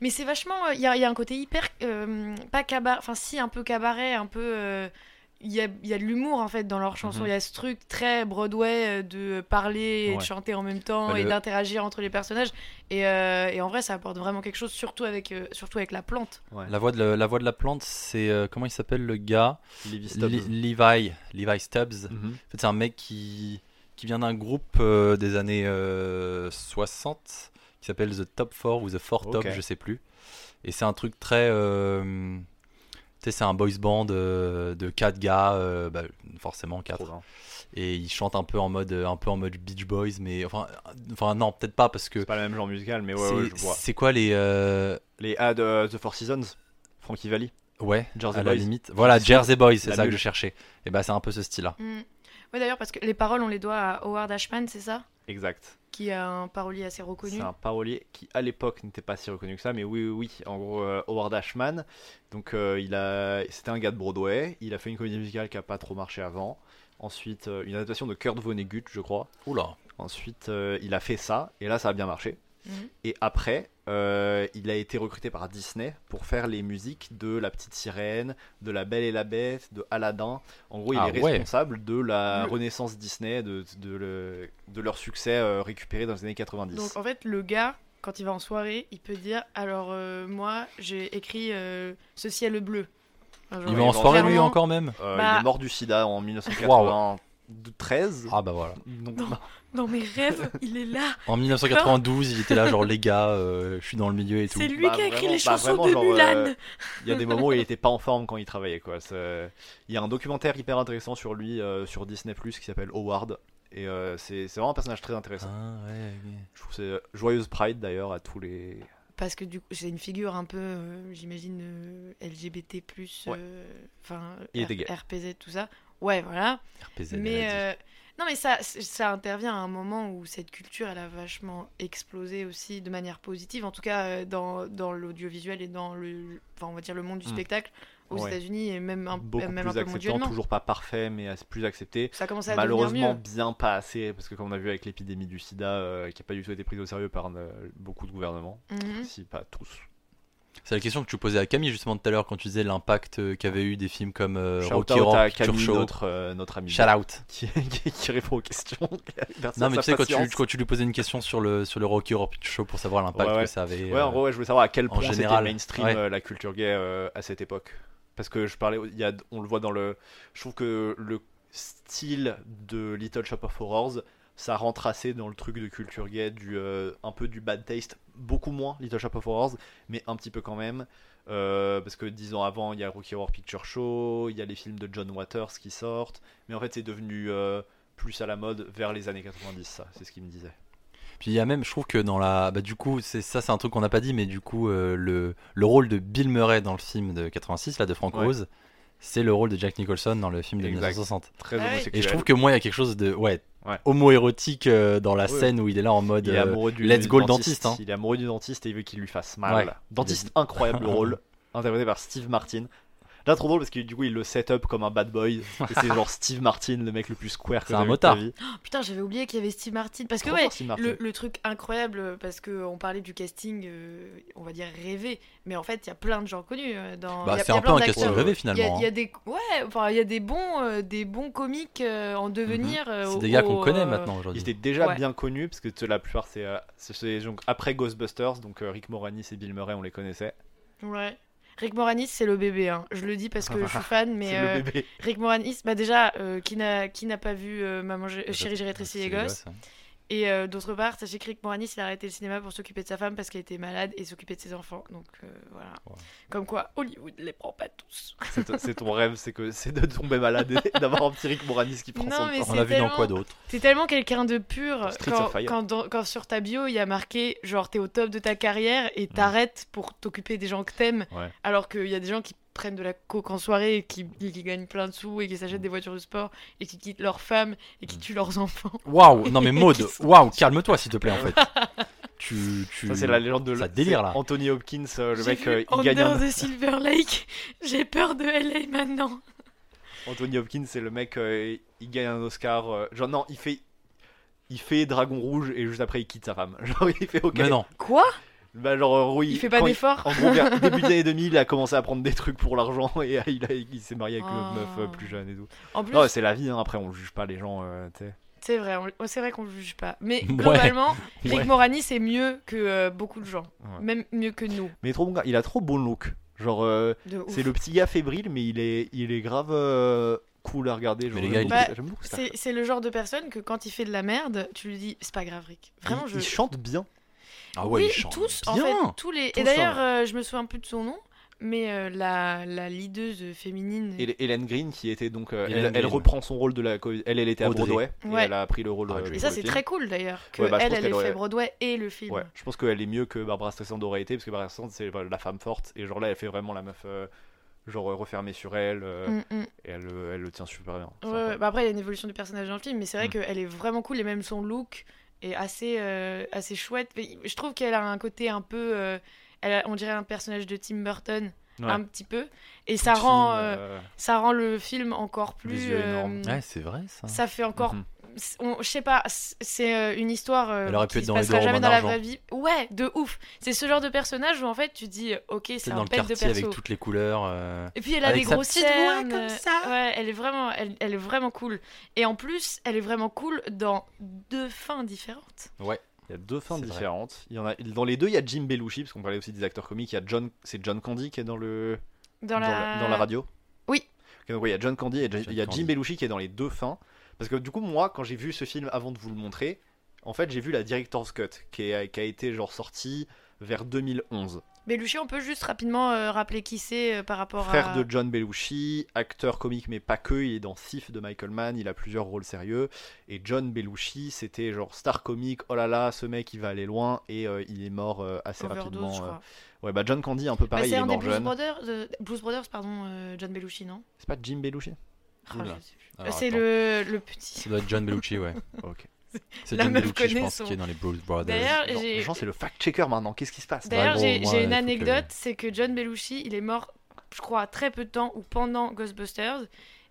Speaker 3: Mais c'est vachement. Il y, a y a un côté hyper. euh, pas cabaret. Enfin, si, un peu cabaret, un peu. euh, Il y, a, y a de l'humour en fait dans leurs chansons. Il
Speaker 2: Mhm.
Speaker 3: y a ce truc très Broadway euh, de parler et de
Speaker 2: Ouais.
Speaker 3: chanter en même temps
Speaker 1: Bah,
Speaker 3: et
Speaker 1: le-
Speaker 3: d'interagir entre les personnages. Et, euh, et en vrai, ça apporte vraiment quelque chose, surtout avec, euh, surtout avec la plante.
Speaker 1: La voix de la, la voix de la plante, c'est euh, comment il s'appelle le gars
Speaker 2: Levi
Speaker 1: Li-
Speaker 2: Stubbs.
Speaker 1: Levi, Levi Stubbs.
Speaker 2: Mhm.
Speaker 1: En fait, c'est un mec qui, qui vient d'un groupe euh, des années euh, 60 qui s'appelle The Top 4 ou The 4 Top,
Speaker 2: Ok.
Speaker 1: je sais plus. Et c'est un truc très. euh, tu sais, c'est un boys band euh, de quatre gars, euh, bah, forcément
Speaker 2: Trop
Speaker 1: quatre.
Speaker 2: bien.
Speaker 1: Et ils chantent un peu en mode, un peu en mode Beach Boys, mais enfin, euh, enfin non, peut-être pas parce que.
Speaker 2: C'est pas le même genre musical, mais ouais,
Speaker 1: c'est-
Speaker 2: ouais, je vois.
Speaker 1: c'est quoi les. euh,
Speaker 2: Les ads de The Four Seasons, Frankie Valli,
Speaker 1: ouais,
Speaker 2: Jersey
Speaker 1: à la
Speaker 2: Boys.
Speaker 1: limite. Voilà, Jersey Boys, c'est
Speaker 2: La
Speaker 1: ça que
Speaker 2: mule.
Speaker 1: je cherchais. Et bah, c'est un peu ce style-là.
Speaker 3: Mm. Ouais, d'ailleurs, parce que les paroles, on les doit à Howard Ashman, c'est ça
Speaker 2: Exact.
Speaker 3: Qui est un parolier assez reconnu.
Speaker 2: C'est un parolier qui, à l'époque, n'était pas si reconnu que ça, mais oui, oui, oui. En gros, euh, Howard Ashman. Donc, euh, il a, c'était un gars de Broadway. Il a fait une comédie musicale qui a pas trop marché avant. Ensuite, euh, une adaptation de Kurt Vonnegut, je crois.
Speaker 1: Oula.
Speaker 2: Ensuite, euh, il a fait ça, et là, ça a bien marché.
Speaker 3: Mhm.
Speaker 2: Et après, euh, il a été recruté par Disney pour faire les musiques de La Petite Sirène, de La Belle et la Bête, de Aladdin. En gros, il
Speaker 1: Ah
Speaker 2: est
Speaker 1: ouais.
Speaker 2: responsable de la
Speaker 3: Le-
Speaker 2: renaissance Disney, de, de, le- de leur succès euh, récupéré dans les années 90.
Speaker 3: Donc en fait, le gars, quand il va en soirée, il peut dire Alors, euh, moi, j'ai écrit euh, ce ciel bleu. Enfin, genre,
Speaker 1: Il
Speaker 2: Ouais,
Speaker 1: va en
Speaker 2: bon,
Speaker 1: soirée, lui,
Speaker 3: clairement-
Speaker 1: encore même
Speaker 2: Euh,
Speaker 3: Bah-
Speaker 2: Il est mort du sida en 1993.
Speaker 1: Ah bah voilà.
Speaker 2: Donc,
Speaker 3: Non. Dans mes rêves, il est là.
Speaker 1: En 1992, il était là, genre les gars, euh, je suis dans le milieu et tout.
Speaker 3: C'est lui
Speaker 2: Bah,
Speaker 3: qui a écrit
Speaker 2: vraiment-
Speaker 3: les
Speaker 2: bah,
Speaker 3: chansons
Speaker 2: vraiment,
Speaker 3: de
Speaker 2: genre,
Speaker 3: Mulan.
Speaker 2: euh, il y a des moments où il n'était pas en forme quand il travaillait. Quoi. C'est- Il y a un documentaire hyper intéressant sur lui euh, sur Disney Plus qui s'appelle Howard. Et euh, c'est c'est vraiment un personnage très
Speaker 1: Ah,
Speaker 2: intéressant.
Speaker 1: ouais, ok.
Speaker 3: Ah.
Speaker 2: Je trouve que c'est joyeuse Pride d'ailleurs à tous les.
Speaker 3: Parce que du coup, c'est une figure un peu, euh, j'imagine, euh, LGBT,
Speaker 2: Ouais.
Speaker 3: euh, enfin,
Speaker 2: Il était
Speaker 3: R-
Speaker 2: gay.
Speaker 3: RPZ, tout ça. Ouais, voilà.
Speaker 1: RPZ.
Speaker 3: Mais
Speaker 1: elle a dit.
Speaker 3: euh, non, mais ça, ça intervient à un moment où cette culture, elle a vachement explosé aussi de manière positive, en tout cas euh, dans, dans l'audiovisuel et dans le, enfin, on va dire le monde du
Speaker 2: Mm.
Speaker 3: spectacle aux
Speaker 2: Ouais.
Speaker 3: États-Unis et même un,
Speaker 2: beaucoup
Speaker 3: même un
Speaker 2: plus
Speaker 3: peu
Speaker 2: acceptant,
Speaker 3: mondialement.
Speaker 2: toujours pas parfait, mais as- plus accepté.
Speaker 3: Ça commence à
Speaker 2: Malheureusement,
Speaker 3: devenir mieux.
Speaker 2: bien pas assez, parce que comme on a vu avec l'épidémie du sida, euh, qui a pas du tout été prise au sérieux par euh, beaucoup de gouvernements,
Speaker 3: Mhm.
Speaker 2: si pas tous.
Speaker 1: C'est la question que tu posais à Camille justement tout à l'heure quand tu disais l'impact euh, qu'avaient eu des films comme euh,
Speaker 2: Shout
Speaker 1: Rocky
Speaker 2: out
Speaker 1: Rock,
Speaker 2: à Camille,
Speaker 1: Turchaud.
Speaker 2: notre, euh, notre ami
Speaker 1: Shout out.
Speaker 2: qui, qui- qui répond aux questions. Personne
Speaker 1: Non mais
Speaker 2: sa
Speaker 1: tu sais quand tu,
Speaker 2: patience.
Speaker 1: quand tu lui posais une question sur le sur le Rocky Horror Picture Show pour savoir l'impact
Speaker 2: Ouais, ouais.
Speaker 1: que ça avait.
Speaker 2: Ouais, en
Speaker 1: euh,
Speaker 2: gros, ouais, je voulais savoir à quel
Speaker 1: en
Speaker 2: point c'était
Speaker 1: général,
Speaker 2: mainstream
Speaker 1: ouais.
Speaker 2: euh, la culture gay euh, à cette époque. Parce que je parlais, il y a, on le voit dans le. Je trouve que le style de Little Shop of Horrors, ça rentre assez dans le truc de culture gay, du, euh, un peu du bad taste, beaucoup moins Little Shop of Horrors, mais un petit peu quand même. Euh, parce que dix ans avant, il y a Rocky Horror Picture Show, il y a les films de John Waters qui sortent, mais en fait, c'est devenu euh, plus à la mode vers les années 90, ça, c'est ce qu'il me disait.
Speaker 1: Puis il y a même, je trouve que dans la. Bah, du coup, c'est ça, c'est un truc qu'on n'a pas dit, mais du coup, euh, le, le rôle de Bill Murray dans le film de 86, là, de Frank
Speaker 2: Ouais.
Speaker 1: Oz, c'est le rôle de Jack Nicholson dans le film de
Speaker 2: Exact.
Speaker 1: 1960.
Speaker 2: Très
Speaker 3: Ah oui.
Speaker 2: homosexuel.
Speaker 1: Et je trouve que moi, il y a quelque chose de. Ouais,
Speaker 2: Ouais.
Speaker 1: homo-érotique euh, dans la
Speaker 2: Ouais.
Speaker 1: scène où il est là en mode.
Speaker 2: Il est
Speaker 1: euh,
Speaker 2: amoureux du
Speaker 1: let's
Speaker 2: du
Speaker 1: go le dentiste, hein.
Speaker 2: Il est amoureux du dentiste et il veut qu'il lui fasse mal.
Speaker 1: Ouais.
Speaker 2: Dentiste, incroyable rôle, interprété par Steve Martin. Là, trop drôle parce que du coup, il le set up comme un bad boy. Et c'est genre Steve Martin, le mec le plus square que
Speaker 1: C'est un
Speaker 2: t'as vu de ta
Speaker 1: motard.
Speaker 2: vie.
Speaker 3: Oh, Putain, j'avais oublié qu'il y avait Steve Martin. Parce que
Speaker 2: Trop
Speaker 3: ouais,
Speaker 2: fort, Steve Martin.
Speaker 3: le, le truc incroyable, parce qu'on parlait du casting, euh, on va dire rêvé, mais en fait, il y a plein de gens connus. euh, dans...
Speaker 1: Bah,
Speaker 3: il y a-
Speaker 1: c'est
Speaker 3: il y a
Speaker 1: un peu
Speaker 3: plein
Speaker 1: un
Speaker 3: d'acteurs.
Speaker 1: casting rêvé
Speaker 3: Il y a-
Speaker 1: finalement.
Speaker 3: il y a
Speaker 1: hein.
Speaker 3: des ouais, enfin il y a des bons euh, des bons comiques euh, en devenir. euh,
Speaker 1: Mhm. hein. C'est
Speaker 3: au-
Speaker 1: des gars qu'on
Speaker 3: au,
Speaker 1: connaît
Speaker 3: euh,
Speaker 1: maintenant
Speaker 2: Ils
Speaker 1: aujourd'hui.
Speaker 2: étaient déjà
Speaker 3: Ouais.
Speaker 2: bien connus parce que tu sais, la plupart, c'est euh, c'est- c'est donc après Ghostbusters. Donc euh, Rick Moranis et Bill Murray, on les connaissait.
Speaker 3: Ouais. Rick Moranis c'est le bébé hein. Je le dis parce que je suis fan mais
Speaker 2: C'est
Speaker 3: euh,
Speaker 2: le bébé.
Speaker 3: Rick Moranis bah déjà euh, qui n'a qui n'a pas vu euh, maman j'ai-
Speaker 1: Bah,
Speaker 3: euh, chérie j'ai rétréci les gosses
Speaker 1: ouais.
Speaker 3: et euh, d'autre part sachez que Rick Moranis il a arrêté le cinéma pour s'occuper de sa femme parce qu'elle était malade et s'occuper de ses enfants donc euh, voilà.
Speaker 1: Ouais.
Speaker 3: Comme quoi Hollywood les prend pas tous.
Speaker 2: C'est ton- C'est ton rêve, c'est que c'est de tomber malade et d'avoir un petit Rick Moranis qui prend
Speaker 3: Non,
Speaker 2: son
Speaker 3: mais
Speaker 2: temps.
Speaker 1: On l'a vu dans
Speaker 3: tellement-
Speaker 1: quoi d'autre
Speaker 3: T'es tellement quelqu'un de pur
Speaker 2: Streets
Speaker 3: quand,
Speaker 2: of Fire.
Speaker 3: quand, dans- quand sur ta bio il y a marqué genre t'es au top de ta carrière et t'arrêtes pour t'occuper des gens que t'aimes
Speaker 2: Mm. Ouais.
Speaker 3: alors qu'il y a des gens qui prennent de la coke en soirée et qui, et qui gagnent plein de sous et qui
Speaker 2: Mm.
Speaker 3: s'achètent des voitures de sport et qui quittent leurs femmes et qui tuent leurs enfants.
Speaker 1: Waouh, non mais Maud,
Speaker 3: Qui sont-
Speaker 1: waouh, calme-toi s'il te plaît en fait. tu, tu...
Speaker 2: Ça, c'est la légende de
Speaker 1: Ça délire,
Speaker 2: c'est
Speaker 1: là.
Speaker 2: Anthony Hopkins, euh, le
Speaker 3: J'ai
Speaker 2: mec,
Speaker 3: vu
Speaker 2: euh, il
Speaker 3: Under
Speaker 2: gagne un
Speaker 3: the Silver Lake, j'ai peur de LA maintenant.
Speaker 2: Anthony Hopkins, c'est le mec, euh, il gagne un Oscar. euh, genre, non, il fait, il fait Dragon Rouge et juste après il quitte sa femme. Genre, il fait OK.
Speaker 1: Mais non,
Speaker 3: Quoi
Speaker 2: Bah, genre, euh, oui.
Speaker 3: Il fait pas
Speaker 2: quand
Speaker 3: d'efforts
Speaker 2: En gros, vers début des années 2000, il a commencé à prendre des trucs pour l'argent et euh, il, a- il s'est marié avec
Speaker 3: Ah.
Speaker 2: une meuf euh, plus jeune et tout.
Speaker 3: En plus,
Speaker 2: Non, c'est la vie, hein, après, on juge pas les gens, euh, tu sais.
Speaker 3: c'est vrai, on- oh, c'est vrai qu'on le juge pas. Mais
Speaker 1: Ouais.
Speaker 3: globalement, Rick
Speaker 1: Ouais.
Speaker 3: Moranis est mieux que euh, beaucoup de gens,
Speaker 2: Ouais.
Speaker 3: même mieux que nous.
Speaker 2: Mais il est trop bon gars, il a trop bon look. Genre, euh,
Speaker 3: De ouf.
Speaker 2: c'est le petit gars fébrile, mais il est, il est grave euh, cool à regarder. Genre,
Speaker 1: les
Speaker 2: j'aime
Speaker 1: gars, il-
Speaker 2: beaucoup-
Speaker 3: Bah,
Speaker 2: j'aime beaucoup ça.
Speaker 3: C'est c'est le genre de personne que quand il fait de la merde, tu lui dis c'est pas grave Rick. Vraiment,
Speaker 2: il,
Speaker 3: je.
Speaker 2: il chante bien.
Speaker 1: ah ouais,
Speaker 3: oui,
Speaker 1: il chante
Speaker 3: tous, en
Speaker 1: bien.
Speaker 3: fait, tous les.
Speaker 2: Tous, hein.
Speaker 3: et d'ailleurs, euh, je me souviens plus de son nom, mais euh, la, la leaduse féminine.
Speaker 2: Et Hélène Green, qui était donc. euh,
Speaker 1: Hélène
Speaker 2: elle, elle
Speaker 1: Green.
Speaker 2: reprend son rôle de la. co- Elle, elle était à
Speaker 1: Audrey.
Speaker 2: Broadway. et
Speaker 3: Ouais.
Speaker 2: elle a pris le rôle.
Speaker 1: Ah,
Speaker 2: euh,
Speaker 1: oui.
Speaker 2: pour
Speaker 3: Et ça,
Speaker 2: le
Speaker 3: c'est
Speaker 2: film.
Speaker 3: très cool d'ailleurs, que
Speaker 2: Ouais, bah, je
Speaker 3: elle,
Speaker 2: pense
Speaker 3: elle
Speaker 2: qu'elle
Speaker 3: ait fait
Speaker 2: aurait-
Speaker 3: Broadway et le film.
Speaker 2: Ouais, je pense qu'elle est mieux que Barbara Streisand aurait été, parce que Barbara Streisand, c'est euh, la femme forte. Et genre là, elle fait vraiment la meuf. euh, genre euh, refermée sur elle. euh,
Speaker 3: Mm, mm.
Speaker 2: Et elle, euh, elle le tient super bien. C'est
Speaker 3: Ouais, ouais.
Speaker 2: incroyable.
Speaker 3: Bah, après, il y a une évolution du personnage dans le film, mais c'est vrai
Speaker 2: Mm.
Speaker 3: qu'elle est vraiment cool et même son look est assez, euh, assez chouette. Mais je trouve qu'elle a un côté un peu. euh, elle a- on dirait un personnage de Tim Burton,
Speaker 2: Ouais.
Speaker 3: un petit peu. Et ça
Speaker 2: Poutine,
Speaker 3: rend, euh,
Speaker 2: euh,
Speaker 3: ça rend le film encore plus. euh,
Speaker 2: yeux énormes.
Speaker 1: Ouais, c'est vrai ça. Mm-hmm.
Speaker 3: Ça fait encore.
Speaker 2: Mhm.
Speaker 3: c'est- on- Je sais pas, c'est- c'est euh, une histoire euh,
Speaker 1: Elle aurait pu
Speaker 3: qui
Speaker 1: être
Speaker 3: se
Speaker 1: dans les
Speaker 3: passera
Speaker 1: deux
Speaker 3: jamais
Speaker 1: Romains
Speaker 3: dans la
Speaker 1: d'Argent.
Speaker 3: vraie vie. Ouais, de ouf. C'est ce genre de personnage où en fait tu dis, ok,
Speaker 1: C'est
Speaker 3: c'est
Speaker 1: dans
Speaker 3: un
Speaker 1: le
Speaker 3: pet de
Speaker 1: quartier
Speaker 3: perso.
Speaker 1: avec toutes les couleurs. euh,
Speaker 3: Et puis elle a
Speaker 1: avec
Speaker 3: des
Speaker 1: sa
Speaker 3: grosses
Speaker 1: petite voix
Speaker 3: cernes,
Speaker 1: comme
Speaker 3: euh,
Speaker 1: ça.
Speaker 3: Ouais, elle est vraiment, elle, elle est vraiment cool. Et en plus, elle est vraiment cool dans deux fins différentes.
Speaker 2: Il y a deux fins
Speaker 1: C'est vrai.
Speaker 2: différentes. Il y en a, dans les deux, il y a Jim Belushi, parce qu'on parlait aussi des acteurs comiques. Il y a John, c'est John Candy qui est dans le.
Speaker 3: Dans, la...
Speaker 2: dans radio
Speaker 3: Oui.
Speaker 2: Ok, donc, ouais, il y a John Candy et J-
Speaker 1: John
Speaker 2: il y a
Speaker 1: Candy.
Speaker 2: Jim Belushi qui est dans les deux fins. Parce que du coup, moi, quand j'ai vu ce film avant de vous le montrer, en fait, j'ai vu la Director's Cut qui, est- qui a été genre sortie vers 2011.
Speaker 3: Belushi, on peut juste rapidement euh, rappeler qui c'est euh, par rapport
Speaker 2: Frère
Speaker 3: à.
Speaker 2: de John Belushi, acteur comique mais pas que, il est dans Sif de Michael Mann, il a plusieurs rôles sérieux. Et John Belushi, c'était genre star comique, oh là là, ce mec il va aller loin et euh, il est mort euh, assez
Speaker 3: Overdose,
Speaker 2: rapidement.
Speaker 3: je
Speaker 2: euh.
Speaker 3: crois.
Speaker 2: Ouais, bah John Candy un peu
Speaker 3: Bah,
Speaker 2: pareil,
Speaker 3: c'est
Speaker 2: il
Speaker 3: un
Speaker 2: est
Speaker 3: des
Speaker 2: mort
Speaker 3: Blues
Speaker 2: jeune.
Speaker 3: Brothers, euh, Blues Brothers, pardon, euh, John Belushi, non
Speaker 2: C'est pas Jim Belushi
Speaker 3: Ah,
Speaker 1: Oula.
Speaker 3: je sais plus.
Speaker 1: alors,
Speaker 3: C'est
Speaker 1: attends.
Speaker 3: le, le petit.
Speaker 1: Ça doit être John Bellucci, ouais.
Speaker 2: Ok.
Speaker 1: C'est
Speaker 3: La
Speaker 1: John
Speaker 3: meuf
Speaker 1: Bellucci, je
Speaker 3: connaît
Speaker 1: pense,
Speaker 3: son-
Speaker 1: qui est dans les Blues Brothers.
Speaker 3: D'ailleurs,
Speaker 2: Non,
Speaker 3: j'ai-
Speaker 2: Jean, c'est le fact-checker maintenant, qu'est-ce qui se passe
Speaker 3: d'ailleurs,
Speaker 1: Ouais,
Speaker 3: j'ai
Speaker 1: gros,
Speaker 3: j'ai
Speaker 1: moi,
Speaker 3: une
Speaker 1: il faut que-
Speaker 3: anecdote c'est que John Belushi, il est mort, je crois, très peu de temps ou pendant Ghostbusters.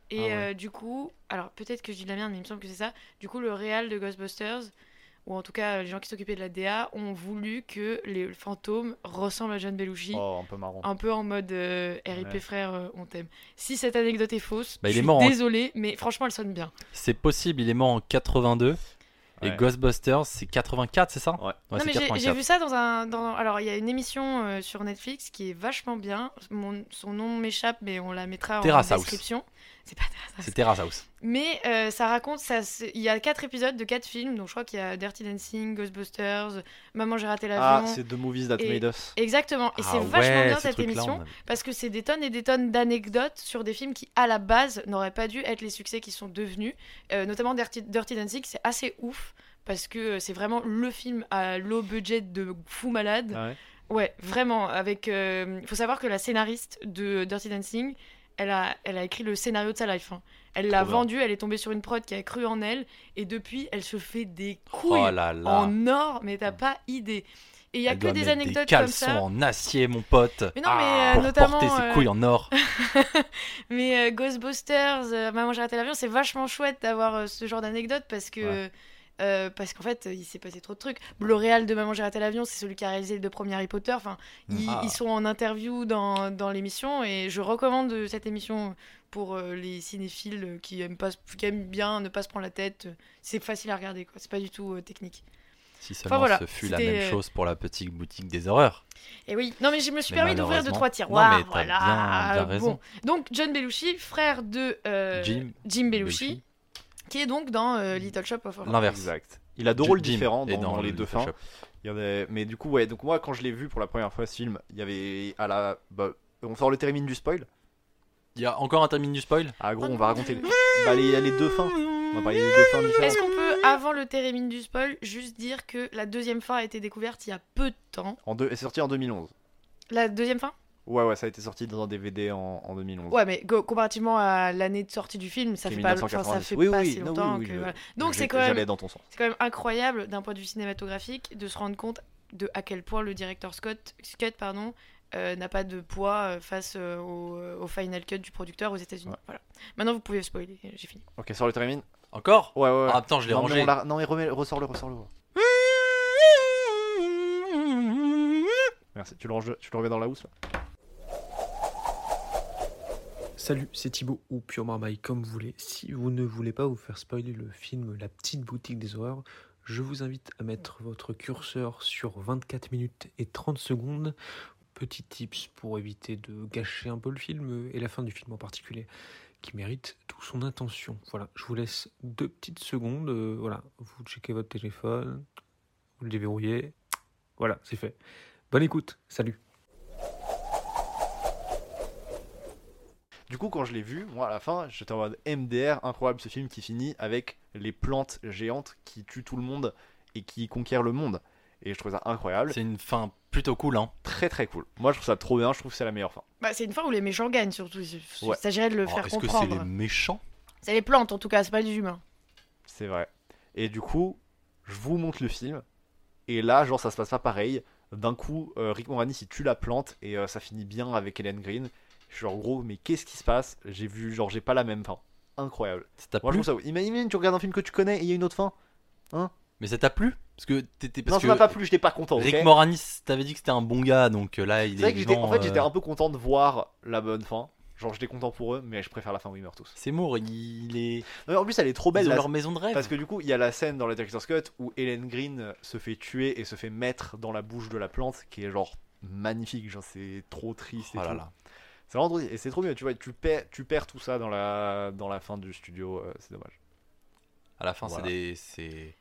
Speaker 3: Et
Speaker 2: Ah ouais.
Speaker 3: euh, du coup, alors peut-être que je dis de la merde, mais il me semble que c'est ça. Du coup, le réal de Ghostbusters, ou en tout cas les gens qui s'occupaient de la DA, ont voulu que les fantômes ressemblent à John Belushi.
Speaker 2: Oh, un peu marrant.
Speaker 3: Un peu en mode euh, RIP
Speaker 2: Ouais.
Speaker 3: frère, euh, on t'aime. Si cette anecdote est fausse,
Speaker 1: Bah, il
Speaker 3: je
Speaker 1: est
Speaker 3: suis
Speaker 1: mort en-
Speaker 3: désolée, mais franchement, elle sonne bien.
Speaker 1: C'est possible, il est mort en 82. Et
Speaker 2: Ouais.
Speaker 1: Ghostbusters, c'est 84, c'est ça
Speaker 2: Ouais.
Speaker 3: non,
Speaker 1: c'est
Speaker 3: mais j'ai- j'ai
Speaker 1: 84.
Speaker 3: vu ça dans un. Dans... Alors, il y a une émission euh, sur Netflix qui est vachement bien. Mon- Son nom m'échappe, mais on la mettra
Speaker 1: Terrace
Speaker 3: en
Speaker 1: House.
Speaker 3: description. C'est pas Terrace House.
Speaker 1: C'est Terrace House.
Speaker 3: Mais euh, ça raconte, ça, se- il y a quatre épisodes de quatre films, donc je crois qu'il y a Dirty Dancing, Ghostbusters, Maman j'ai raté
Speaker 2: Ah,
Speaker 3: l'avion.
Speaker 2: c'est The Movies That
Speaker 3: Et-
Speaker 2: Made Us.
Speaker 3: Exactement, et
Speaker 1: Ah
Speaker 3: c'est vachement
Speaker 1: ouais,
Speaker 3: bien
Speaker 1: ce
Speaker 3: cette
Speaker 1: truc-là,
Speaker 3: émission
Speaker 1: on a-
Speaker 3: parce que c'est des tonnes et des tonnes d'anecdotes sur des films qui à la base n'auraient pas dû être les succès qui sont devenus. Euh, notamment Dirty, Dirty Dancing, c'est assez ouf parce que euh, c'est vraiment le film à low budget de fou malade.
Speaker 2: Ah ouais.
Speaker 3: Ouais, vraiment. Avec, euh, faut savoir que la scénariste de Dirty Dancing, elle a, elle a écrit le scénario de sa life. hein. Elle l'a
Speaker 2: Trop bien.
Speaker 3: vendu, elle est tombée sur une prod qui a cru en elle, et depuis, elle se fait des couilles
Speaker 1: Oh là là.
Speaker 3: en or, mais t'as pas idée. Et il y a
Speaker 1: Elle
Speaker 3: que
Speaker 1: doit
Speaker 3: des
Speaker 1: mettre
Speaker 3: anecdotes
Speaker 1: des
Speaker 3: comme
Speaker 1: caleçons
Speaker 3: ça.
Speaker 1: en acier, mon pote.
Speaker 3: Mais non,
Speaker 2: Ah.
Speaker 3: mais, euh,
Speaker 1: pour
Speaker 3: notamment,
Speaker 1: porter ses
Speaker 3: euh,
Speaker 1: couilles en or.
Speaker 3: Mais euh, Ghostbusters, euh, Maman j'ai raté l'avion, c'est vachement chouette d'avoir euh, ce genre d'anecdote parce que.
Speaker 2: Ouais.
Speaker 3: euh, parce qu'en fait, il s'est passé trop de trucs. L'Oréal de Maman j'ai raté l'avion, c'est celui qui a réalisé les deux premiers Harry Potter. Enfin, ils,
Speaker 1: Ah.
Speaker 3: ils sont en interview dans, dans l'émission et je recommande euh, cette émission pour euh, les cinéphiles euh, qui aiment, pas, se- qui aiment bien ne pas se prendre la tête. C'est facile à regarder, quoi. C'est pas du tout euh, technique.
Speaker 1: Si seulement
Speaker 3: voilà,
Speaker 1: ce fut la
Speaker 3: c'était,
Speaker 1: même
Speaker 3: euh,
Speaker 1: chose pour la petite boutique des horreurs.
Speaker 3: Et oui, non mais je me suis
Speaker 1: Mais
Speaker 3: permis d'ouvrir deux
Speaker 1: malheureusement-
Speaker 3: trois
Speaker 1: Non,
Speaker 3: tiroirs.
Speaker 1: mais t'as
Speaker 3: voilà.
Speaker 1: bien- bien raison.
Speaker 3: Bon, donc John Belushi, frère de euh,
Speaker 1: Jim
Speaker 3: Jim Belushi, qui est donc dans euh, Little Shop of Horrors.
Speaker 1: L'inverse.
Speaker 2: Exact. Il a deux rôles
Speaker 1: Jim
Speaker 2: différents
Speaker 1: est
Speaker 2: dans, dans les deux
Speaker 1: Photoshop.
Speaker 2: fins. Il y en a- Mais du coup, ouais, donc moi, quand je l'ai vu pour la première fois ce film, il y avait à la. bah, on sort le termine du spoil.
Speaker 1: Il y a encore un termine du spoil
Speaker 2: Ah, gros, on va raconter. les- Bah, les- il y a les deux fins. On va parler des deux fins
Speaker 3: Est-ce
Speaker 2: différentes.
Speaker 3: qu'on peut, avant le térémine du spoil, juste dire que la deuxième fin a été découverte il y a peu de temps
Speaker 2: En deux... C'est sorti en 2011.
Speaker 3: La deuxième fin
Speaker 2: Ouais, ouais, ça a été sorti dans un DVD en, en 2011.
Speaker 3: Ouais, mais go- comparativement à l'année de sortie du film, ça
Speaker 2: Qui est
Speaker 3: fait pas, enfin, ça
Speaker 2: 1990.
Speaker 3: fait
Speaker 2: Oui,
Speaker 3: pas
Speaker 2: oui,
Speaker 3: si
Speaker 2: non,
Speaker 3: longtemps.
Speaker 2: oui, oui,
Speaker 3: que,
Speaker 2: le-
Speaker 3: voilà. Donc
Speaker 2: J'ai-
Speaker 3: c'est quand même
Speaker 2: J'allais dans ton sens.
Speaker 3: C'est quand même incroyable d'un point de vue cinématographique de se rendre compte de à quel point le directeur Scott, Scott pardon, euh, n'a pas de poids euh, face euh, au, au final cut du producteur aux États-Unis.
Speaker 2: Ouais.
Speaker 3: Voilà. Maintenant vous pouvez spoiler, j'ai fini.
Speaker 2: Ok, sort le termine.
Speaker 1: Encore
Speaker 2: Ouais, ouais, ouais.
Speaker 1: Ah, putain, je l'ai
Speaker 2: non, mais
Speaker 1: rangé.
Speaker 2: on l'a- Non, mais remets- ressors-le, ressors-le. ouais. Merci. Tu le, ranges- tu le remets dans la housse là
Speaker 8: Salut, c'est Thibaut ou Pure Marmaille, comme vous voulez. Si vous ne voulez pas vous faire spoiler le film La petite boutique des horreurs, je vous invite à mettre votre curseur sur 24 minutes et 30 secondes. Petit tips pour éviter de gâcher un peu le film euh, et la fin du film en particulier, qui mérite toute son attention. Voilà, je vous laisse deux petites secondes. euh, voilà, vous checkez votre téléphone, vous le déverrouillez. Voilà, c'est fait. Bonne écoute, salut.
Speaker 2: Du coup, quand je l'ai vu, moi à la fin, j'étais en mode MDR, incroyable ce film qui finit avec les plantes géantes qui tuent tout le monde et qui conquièrent le monde. Et je trouve ça incroyable,
Speaker 1: C'est une fin plutôt cool, hein.
Speaker 2: très très cool. Moi je trouve ça trop bien, je trouve que c'est la meilleure fin.
Speaker 3: Bah, c'est une fois où les méchants gagnent surtout. Il
Speaker 2: Ouais.
Speaker 3: s'agirait de le
Speaker 1: Oh,
Speaker 3: faire
Speaker 1: Est-ce que c'est
Speaker 3: comprendre.
Speaker 1: les méchants
Speaker 3: C'est les plantes en tout cas, c'est pas les humains.
Speaker 2: C'est vrai. Et du coup, je vous montre le film, et là, genre ça se passe pas pareil. D'un coup, euh, Rick Moranis il tue la plante et euh, ça finit bien avec Helen Green. Je suis genre gros, mais qu'est-ce qui se passe J'ai vu, genre j'ai pas la même fin. Incroyable.
Speaker 1: Ça t'a
Speaker 2: Moi je
Speaker 1: plu
Speaker 2: trouve ça. Imagine, tu regardes un film que tu connais et il y a une autre fin.
Speaker 1: Mais ça t'a plu Parce que t'étais.
Speaker 2: non,
Speaker 1: Parce
Speaker 2: ça m'a
Speaker 1: que
Speaker 2: pas plu, j'étais pas content.
Speaker 1: Rick
Speaker 2: ok
Speaker 1: Moranis, t'avais dit que c'était un bon gars, donc euh, là, il
Speaker 2: C'est vrai
Speaker 1: est.
Speaker 2: que j'étais, en
Speaker 1: vivant,
Speaker 2: fait, j'étais
Speaker 1: euh,
Speaker 2: un peu content de voir la bonne fin. Genre, j'étais content pour eux, mais je préfère la fin où ils meurent tous.
Speaker 1: Seymour, il est.
Speaker 2: Non, mais en plus, elle est trop belle.
Speaker 1: Ils ont
Speaker 2: la-
Speaker 1: leur maison de rêve.
Speaker 2: Parce que du coup, il y a la scène dans la Director's Cut où Helen Green se fait tuer et se fait mettre dans la bouche de la plante, qui est genre magnifique. Genre, c'est trop triste. Et
Speaker 1: Oh là
Speaker 2: tout.
Speaker 1: là.
Speaker 2: C'est vraiment trop- et c'est trop bien. Tu vois, tu perds, tu perds tout ça dans la dans la fin du studio. euh, c'est dommage.
Speaker 1: À la fin,
Speaker 2: Voilà.
Speaker 1: c'est des. c'est-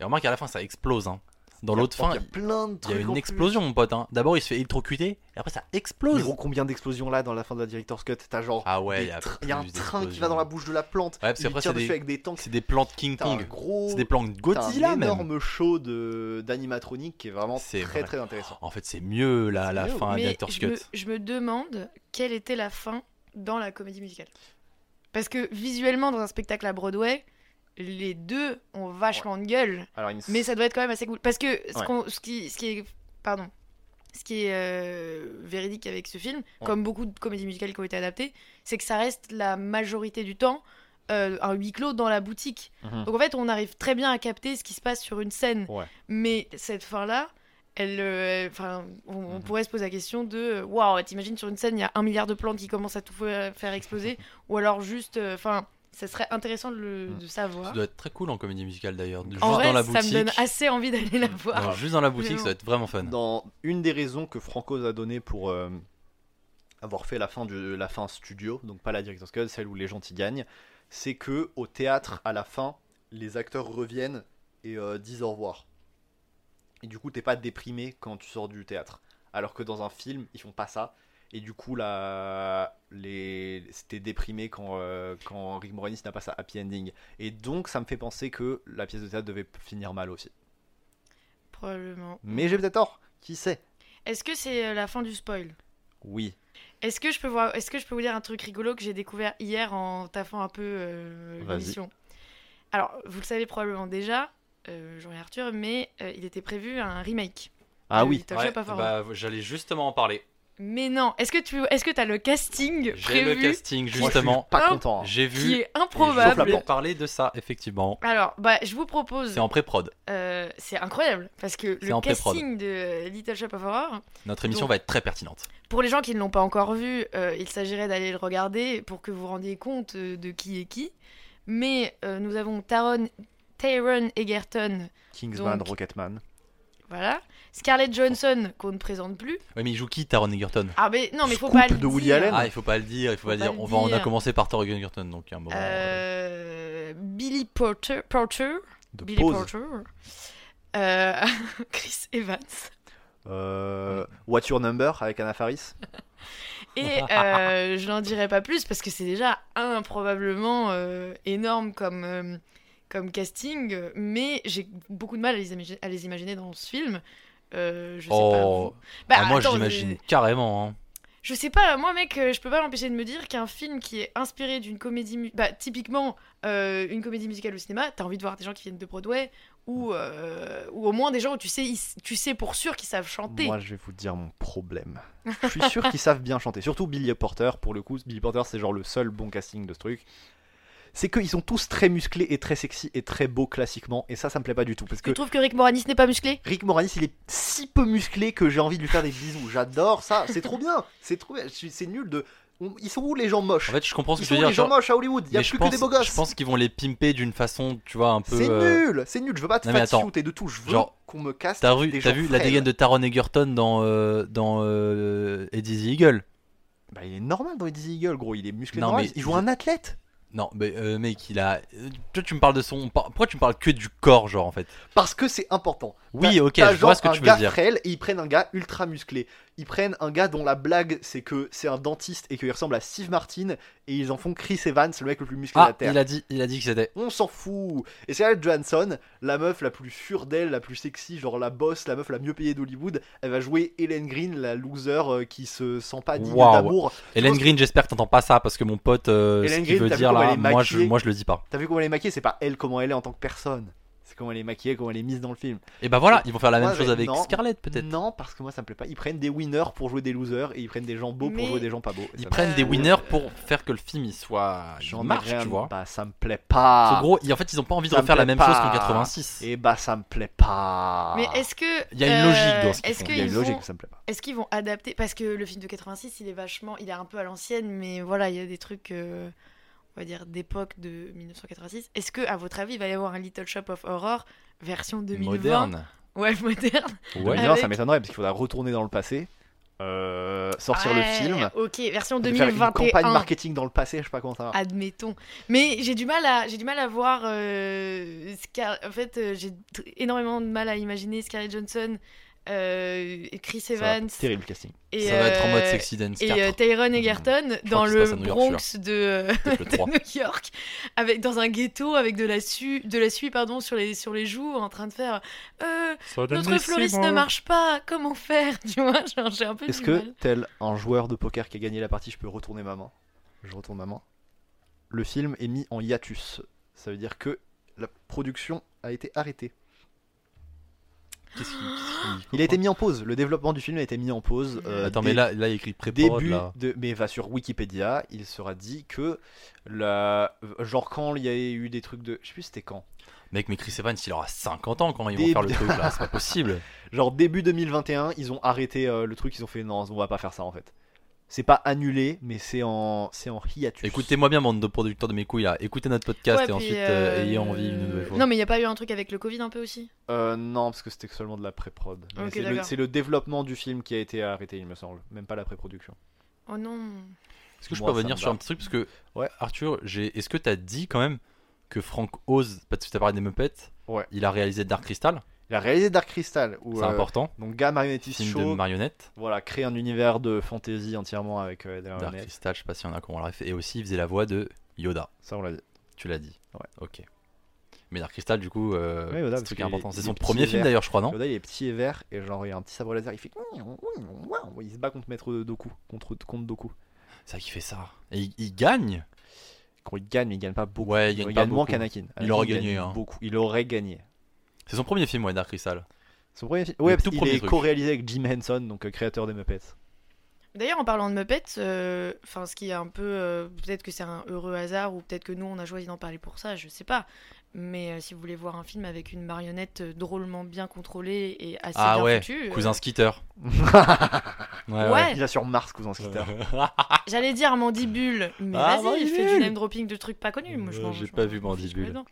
Speaker 1: Et remarque, à la fin, ça explose, hein. Dans
Speaker 2: Il y a-
Speaker 1: l'autre
Speaker 2: oh,
Speaker 1: fin,
Speaker 2: il y a plein de
Speaker 1: il y
Speaker 2: trucs.
Speaker 1: a
Speaker 2: en
Speaker 1: une
Speaker 2: plus.
Speaker 1: explosion, mon pote. hein. D'abord, il se fait électrocuter, et après, ça
Speaker 2: Mais
Speaker 1: explose.
Speaker 2: gros, combien d'explosions là dans la fin de la Director's Cut T'as genre.
Speaker 1: Ah ouais,
Speaker 2: des
Speaker 1: il y a
Speaker 2: tr- il y a un
Speaker 1: plus
Speaker 2: train qui
Speaker 1: d'explosions.
Speaker 2: va dans la bouche de la plante.
Speaker 1: Ouais, parce
Speaker 2: il
Speaker 1: qu'après,
Speaker 2: tire
Speaker 1: c'est
Speaker 2: dessus
Speaker 1: des-
Speaker 2: avec des tanks.
Speaker 1: C'est des plans de King
Speaker 2: T'as un
Speaker 1: Kong.
Speaker 2: gros.
Speaker 1: C'est des plans de
Speaker 2: T'as
Speaker 1: Godzilla,
Speaker 2: un
Speaker 1: même.
Speaker 2: énorme show de d'animatronique qui est vraiment
Speaker 1: C'est
Speaker 2: très
Speaker 1: vrai.
Speaker 2: très intéressant.
Speaker 1: En fait, c'est mieux la,
Speaker 2: C'est
Speaker 1: la
Speaker 2: mieux.
Speaker 1: fin
Speaker 3: mais
Speaker 1: Director's
Speaker 3: je
Speaker 1: Cut.
Speaker 3: me, je me demande quelle était la fin dans la comédie musicale. Parce que visuellement, dans un spectacle à Broadway, les deux ont vachement de gueule.
Speaker 2: Alors, il me-
Speaker 3: Mais ça doit être quand même assez cool. Parce que ce,
Speaker 2: Ouais.
Speaker 3: qu'on- ce qui, ce qui est. Pardon. Ce qui est euh, véridique avec ce film,
Speaker 2: Ouais.
Speaker 3: comme beaucoup de comédies musicales qui ont été adaptées, c'est que ça reste la majorité du temps euh, un huis clos dans la boutique.
Speaker 2: Mhm.
Speaker 3: Donc en fait, on arrive très bien à capter ce qui se passe sur une scène.
Speaker 2: Ouais.
Speaker 3: Mais cette fin-là, elle, euh, elle- enfin, on, on
Speaker 2: Mhm.
Speaker 3: pourrait se poser la question de euh, waouh, t'imagines sur une scène, il y a un milliard de plantes qui commencent à tout fa- faire exploser, ou alors juste, euh, enfin, ça serait intéressant de, le-
Speaker 2: Mhm.
Speaker 3: de
Speaker 1: Ça
Speaker 3: savoir.
Speaker 1: doit être très cool en comédie musicale d'ailleurs. Juste
Speaker 3: En vrai,
Speaker 1: dans la
Speaker 3: ça
Speaker 1: boutique.
Speaker 3: me donne assez envie d'aller la
Speaker 1: Non,
Speaker 3: voir.
Speaker 1: juste dans la boutique, ça doit être vraiment fun.
Speaker 2: Dans une des raisons que Franco a donné pour euh, avoir fait la fin de la fin studio, donc pas la director's cut, celle où les gens y gagnent, c'est que au théâtre à la fin, les acteurs reviennent et euh, disent au revoir. Et du coup, t'es pas déprimé quand tu sors du théâtre. Alors que dans un film, ils font pas ça. Et du coup, là, les... c'était déprimé quand, euh, quand Rick Moranis n'a pas sa happy ending. Et donc, ça me fait penser que la pièce de théâtre devait finir mal aussi.
Speaker 3: Probablement.
Speaker 2: Mais j'ai peut-être tort, qui sait
Speaker 3: Est-ce que c'est euh, la fin du spoil
Speaker 2: Oui.
Speaker 3: Est-ce que je peux voir Est-ce que je peux vous dire un truc rigolo que j'ai découvert hier en taffant un peu euh,
Speaker 2: Vas-y.
Speaker 3: l'émission Alors, vous le savez probablement déjà, euh, Jean et Arthur, mais euh, il était prévu un remake.
Speaker 2: Ah
Speaker 3: de
Speaker 2: oui,
Speaker 3: Little
Speaker 1: Ouais,
Speaker 3: Shop of Horrors.
Speaker 1: bah, j'allais justement en parler.
Speaker 3: Mais non. Est-ce que tu est-ce que t'as le casting
Speaker 1: J'ai le
Speaker 3: prévu
Speaker 1: casting
Speaker 2: Moi, je suis
Speaker 1: justement.
Speaker 2: pas
Speaker 3: Hop.
Speaker 2: content. hein.
Speaker 1: J'ai vu.
Speaker 3: qui est
Speaker 1: Je
Speaker 3: improbable
Speaker 1: voulais parler de ça effectivement.
Speaker 3: Alors, bah, je vous propose.
Speaker 1: C'est en pré-prod.
Speaker 3: euh, C'est incroyable parce que
Speaker 1: C'est
Speaker 3: le
Speaker 1: en pré-prod.
Speaker 3: casting de euh, Little Shop of Horror.
Speaker 1: Notre émission
Speaker 3: Donc-
Speaker 1: va être très pertinente.
Speaker 3: Pour les gens qui ne l'ont pas encore vu, euh, il s'agirait d'aller le regarder pour que vous vous rendiez compte euh, de qui est qui. Mais euh, nous avons Taron, Taron Egerton,
Speaker 2: Kingsman,
Speaker 3: Donc-
Speaker 2: Rocketman.
Speaker 3: voilà. Scarlett Johnson, qu'on ne présente plus.
Speaker 1: Ouais, mais il joue qui, Taron Egerton
Speaker 3: Ah, mais non, mais faut
Speaker 2: Scoop
Speaker 3: pas le
Speaker 2: de Woody
Speaker 3: dire.
Speaker 2: Allen.
Speaker 1: Ah, il faut pas le dire, il faut, pas, le dire.
Speaker 3: le
Speaker 1: On, va, on a
Speaker 3: dire.
Speaker 1: commencé par Taron Egerton, donc à un moment.
Speaker 3: Euh, Billy Porter, Porter,
Speaker 2: De
Speaker 3: Billy
Speaker 2: pause.
Speaker 3: Porter. Euh, Chris Evans
Speaker 2: Euh, What's Your Number avec Anna Faris.
Speaker 3: et euh, je n'en dirai pas plus parce que c'est déjà improbablement euh, énorme comme, euh, comme casting mais j'ai beaucoup de mal à les, imagi- à les imaginer dans ce film Euh, je sais pas
Speaker 1: Oh,
Speaker 3: vous. Bah,
Speaker 1: Ah, moi
Speaker 3: attends,
Speaker 1: j'imagine carrément. hein.
Speaker 3: Je sais pas, moi mec, euh, je peux pas m'empêcher de me dire qu'un film qui est inspiré d'une comédie, mu- bah typiquement euh, une comédie musicale au cinéma, t'as envie de voir des gens qui viennent de Broadway ou,
Speaker 1: Mm.
Speaker 3: euh, ou au moins des gens où tu sais, ils- tu sais pour sûr qu'ils savent chanter.
Speaker 2: Moi, je vais vous dire mon problème. Je suis sûr qu'ils savent bien chanter. Surtout Billy Porter, pour le coup. Billy Porter, c'est genre le seul bon casting de ce truc. C'est qu'ils sont tous très musclés et très sexy et très beaux classiquement. Et ça, ça me plaît pas du tout. Parce que
Speaker 3: Tu trouves que Rick Moranis n'est pas musclé
Speaker 2: Rick Moranis, il est si peu musclé que j'ai envie de lui faire des bisous. J'adore ça. C'est trop bien. C'est trop... je suis- c'est nul de. on- Ils sont où les gens moches
Speaker 1: En fait, je comprends ce
Speaker 2: Ils
Speaker 1: que
Speaker 2: sont
Speaker 1: tu
Speaker 2: où
Speaker 1: veux
Speaker 2: les
Speaker 1: dire.
Speaker 2: gens
Speaker 1: genre-
Speaker 2: moches à Hollywood Il y a
Speaker 1: mais
Speaker 2: plus
Speaker 1: je
Speaker 2: que
Speaker 1: pense,
Speaker 2: des beaux gosses.
Speaker 1: je pense qu'ils vont les pimper d'une façon, tu vois, un peu.
Speaker 2: C'est
Speaker 1: euh,
Speaker 2: nul, c'est nul, je veux pas de
Speaker 1: non, mais
Speaker 2: fat
Speaker 1: attends.
Speaker 2: shoot et de tout, je veux
Speaker 1: Genre,
Speaker 2: qu'on me casse
Speaker 1: T'as vu,
Speaker 2: des
Speaker 1: t'as
Speaker 2: gens
Speaker 1: vu la
Speaker 2: frêles.
Speaker 1: dégaine de Taron Egerton dans, euh, dans euh, Eddie the Eagle
Speaker 2: Bah il est normal dans Easy Eagle gros, il est musclé
Speaker 1: Non,
Speaker 2: normal,
Speaker 1: mais-
Speaker 2: il joue un athlète
Speaker 1: Non, mais euh, mec, il a. euh, Toi, tu me parles de son. on par- Pourquoi tu me parles que du corps, genre, en fait
Speaker 2: Parce que c'est important.
Speaker 1: Oui,
Speaker 2: T'as-
Speaker 1: ok,
Speaker 2: t'as
Speaker 1: je vois
Speaker 2: genre
Speaker 1: ce que
Speaker 2: un
Speaker 1: tu veux
Speaker 2: gars
Speaker 1: dire.
Speaker 2: frêle et ils prennent un gars ultra musclé. Ils prennent un gars dont la blague c'est que c'est un dentiste et qu'il ressemble à Steve Martin et ils en font Chris Evans, le mec le plus musclé de la
Speaker 1: Ah,
Speaker 2: Terre.
Speaker 1: il a dit, il a dit que c'était.
Speaker 2: On s'en fout. Et Scarlett Johansson, la meuf la plus sûre d'elle, la plus sexy, genre la boss, la meuf la mieux payée d'Hollywood, elle va jouer Helen Green, la loser euh, qui se sent pas digne
Speaker 1: Waouh.
Speaker 2: d'amour.
Speaker 1: Hélène
Speaker 2: pense-
Speaker 1: Green, j'espère que t'entends pas ça parce que mon pote, euh, ce
Speaker 2: Hélène
Speaker 1: qu'il
Speaker 2: Green,
Speaker 1: veut
Speaker 2: t'as vu
Speaker 1: dire
Speaker 2: comment
Speaker 1: là,
Speaker 2: elle est
Speaker 1: moi je,
Speaker 2: maquillée
Speaker 1: moi je le dis pas.
Speaker 2: T'as vu comment elle est maquillée C'est pas elle comment elle est en tant que personne. C'est comment elle est maquillée, comment elle est mise dans le film.
Speaker 1: Et bah voilà, ils vont faire la
Speaker 2: Moi,
Speaker 1: même chose
Speaker 2: j'ai-
Speaker 1: avec
Speaker 2: non. Mm.
Speaker 1: Scarlett peut-être.
Speaker 2: Non, parce que moi ça me plaît pas. Ils prennent des winners pour jouer des losers et ils prennent des gens beaux
Speaker 3: Mais-
Speaker 2: pour jouer des gens pas beaux. Et ça
Speaker 1: Ils
Speaker 2: me-
Speaker 1: prennent des
Speaker 3: Euh,
Speaker 1: winners pour faire que le film il soit. Il
Speaker 2: J'en
Speaker 1: marche,
Speaker 2: ai rien-
Speaker 1: tu vois.
Speaker 2: Bah ça me plaît
Speaker 1: En
Speaker 2: pas.
Speaker 1: gros, ils- en fait, ils ont pas envie de
Speaker 2: Ça me
Speaker 1: refaire la
Speaker 2: plaît
Speaker 1: même chose qu'en
Speaker 2: pas.
Speaker 1: 86.
Speaker 2: Et bah ça me plaît pas.
Speaker 3: Mais est-ce que euh,
Speaker 1: Il y a une logique dans ce qu'ils
Speaker 3: est-ce
Speaker 1: font.
Speaker 2: Ah. Il y a
Speaker 3: qu'ils
Speaker 2: une
Speaker 3: vont-
Speaker 2: logique, ça me plaît pas.
Speaker 3: Est-ce qu'ils vont adapter Parce que le film de 86, il est vachement, il est un peu à l'ancienne, mais voilà, il y a des trucs, euh, on va dire, d'époque de 1986. Est-ce que, à votre avis, il va y avoir un Little Shop of Horror version 2020
Speaker 1: Moderne.
Speaker 3: Ouais, moderne.
Speaker 1: Ouais.
Speaker 2: Winners, ça
Speaker 3: Avec-
Speaker 2: m'étonnerait parce qu'il faudra retourner dans le passé, euh, sortir le
Speaker 3: Ouais,
Speaker 2: film,
Speaker 3: Ok, version
Speaker 2: faire une campagne
Speaker 3: 2021.
Speaker 2: marketing dans le passé, je sais pas comment ça marche.
Speaker 3: Admettons. Mais j'ai du mal à, j'ai du mal à voir. euh, Scar- En fait, euh, j'ai tr- énormément de mal à imaginer Scarlett Johansson, euh, et Chris
Speaker 2: Ça va
Speaker 3: Evans
Speaker 2: être terrible casting.
Speaker 3: et
Speaker 1: Ça va être en mode
Speaker 3: euh,
Speaker 1: Sexy Dance
Speaker 3: et
Speaker 1: 4.
Speaker 3: euh, Taron Egerton dans
Speaker 1: qu'il se
Speaker 3: le
Speaker 1: passe à New York,
Speaker 3: Bronx de, euh,
Speaker 1: peut-être le
Speaker 3: de
Speaker 1: 3.
Speaker 3: New York, avec, dans un ghetto avec de la suie, de la suie pardon, sur, les, sur les joues en train de faire euh, Notre fleuriste ne marche pas, comment faire Tu vois, genre, j'ai un peu
Speaker 2: Est-ce
Speaker 3: du
Speaker 2: que,
Speaker 3: mal.
Speaker 2: tel un joueur de poker qui a gagné la partie, je peux retourner ma main Je retourne ma main. Le film est mis en hiatus. Ça veut dire que la production a été arrêtée.
Speaker 1: Qu'est-ce qui- qu'est-ce qui-
Speaker 2: Il a été mis en pause. Le développement du film a été mis en pause. euh,
Speaker 1: Attends,
Speaker 2: dès-
Speaker 1: mais là, là, il y a écrit pré-prod,
Speaker 2: début
Speaker 1: là.
Speaker 2: de mais va sur Wikipédia il sera dit que la genre quand il y a eu des trucs de je sais plus c'était quand
Speaker 1: Mec, mais Chris Evans, il aura 50 ans quand ils vont
Speaker 2: Début-
Speaker 1: faire le truc, là. C'est pas possible.
Speaker 2: genre début 2021 ils ont arrêté euh, le truc ils ont fait non on va pas faire ça en fait c'est pas annulé mais c'est en c'est en hiatus
Speaker 1: Écoutez-moi bien, bande de producteurs de mes couilles, là. Écoutez notre podcast
Speaker 3: Ouais,
Speaker 1: et
Speaker 3: puis,
Speaker 1: ensuite,
Speaker 3: euh,
Speaker 1: euh, ayez envie une nouvelle fois.
Speaker 3: Non, mais il n'y a pas eu un truc avec le Covid un peu aussi
Speaker 2: Euh, non parce que c'était seulement de la pré-prod Mais
Speaker 3: Ok,
Speaker 2: c'est le-
Speaker 3: d'accord.
Speaker 2: c'est le, développement du film qui a été arrêté il me semble même pas la pré-production
Speaker 3: Oh non.
Speaker 1: Est-ce que je
Speaker 2: Moi,
Speaker 1: peux
Speaker 2: ça
Speaker 1: revenir
Speaker 2: me
Speaker 1: sur
Speaker 2: va.
Speaker 1: un petit truc Parce que,
Speaker 2: Ouais.
Speaker 1: Arthur, j'ai... est-ce que t'as dit quand même que Frank Oz, parce que t'as parlé des Muppets,
Speaker 2: Ouais.
Speaker 1: il a réalisé Dark Crystal
Speaker 2: il a réalisé Dark Crystal où
Speaker 1: C'est
Speaker 2: euh,
Speaker 1: important.
Speaker 2: donc gars marionnettiste
Speaker 1: Film de
Speaker 2: show
Speaker 1: marionnettes.
Speaker 2: voilà crée un univers de fantasy entièrement avec euh, des
Speaker 1: Dark
Speaker 2: marionnettes.
Speaker 1: Crystal, je sais pas si on a comment on l'a fait. Et aussi, il faisait la voix de Yoda.
Speaker 2: ça on l'a dit
Speaker 1: Tu l'as dit.
Speaker 2: Ouais.
Speaker 1: Ok. Mais Dark Crystal, du coup, euh,
Speaker 2: Ouais, Yoda,
Speaker 1: c'est un
Speaker 2: parce
Speaker 1: truc
Speaker 2: qu'il est-
Speaker 1: important.
Speaker 2: il
Speaker 1: C'est
Speaker 2: est
Speaker 1: son
Speaker 2: petit
Speaker 1: premier
Speaker 2: et
Speaker 1: film
Speaker 2: vert.
Speaker 1: d'ailleurs, je crois, non
Speaker 2: Yoda il est petit et vert et genre il a un petit sabre laser il fait il se bat contre maître Doku contre contre Doku
Speaker 1: C'est vrai qu'il fait ça. Et il, il gagne
Speaker 2: quand il gagne mais il gagne pas beaucoup
Speaker 1: Ouais, il gagne pas
Speaker 2: moins
Speaker 1: beaucoup.
Speaker 2: qu'Anakin
Speaker 1: Il aurait
Speaker 2: gagne
Speaker 1: gagné, hein.
Speaker 2: beaucoup il aurait gagné
Speaker 1: C'est son premier film, ouais, Dark Crystal.
Speaker 2: son premier film ouais
Speaker 1: Le
Speaker 2: parce
Speaker 1: tout
Speaker 2: qu'il
Speaker 1: premier
Speaker 2: est
Speaker 1: truc.
Speaker 2: co-réalisé avec Jim Henson donc euh, créateur des Muppets
Speaker 3: D'ailleurs, en parlant de Muppets, euh, enfin, ce qui est un peu, euh, peut-être que c'est un heureux hasard ou peut-être que nous on a choisi d'en parler pour ça, je sais pas. Mais euh, si vous voulez voir un film avec une marionnette euh, drôlement bien contrôlée et assez
Speaker 1: Ah
Speaker 3: bien
Speaker 1: ouais,
Speaker 3: foutue, euh,
Speaker 1: Cousin Skitter.
Speaker 3: ouais,
Speaker 2: il a sur Mars cousin
Speaker 1: Euh,
Speaker 2: Skitter
Speaker 3: j'allais dire Mandibule, mais
Speaker 1: Ah,
Speaker 3: vas-y, il fait du
Speaker 1: Mandibule
Speaker 3: name dropping de trucs pas connus. Moi, je
Speaker 1: Euh,
Speaker 3: m'en-
Speaker 1: j'ai
Speaker 3: je
Speaker 1: pas
Speaker 3: m'en
Speaker 1: vu
Speaker 3: fiche
Speaker 1: Mandibule.
Speaker 3: complètement.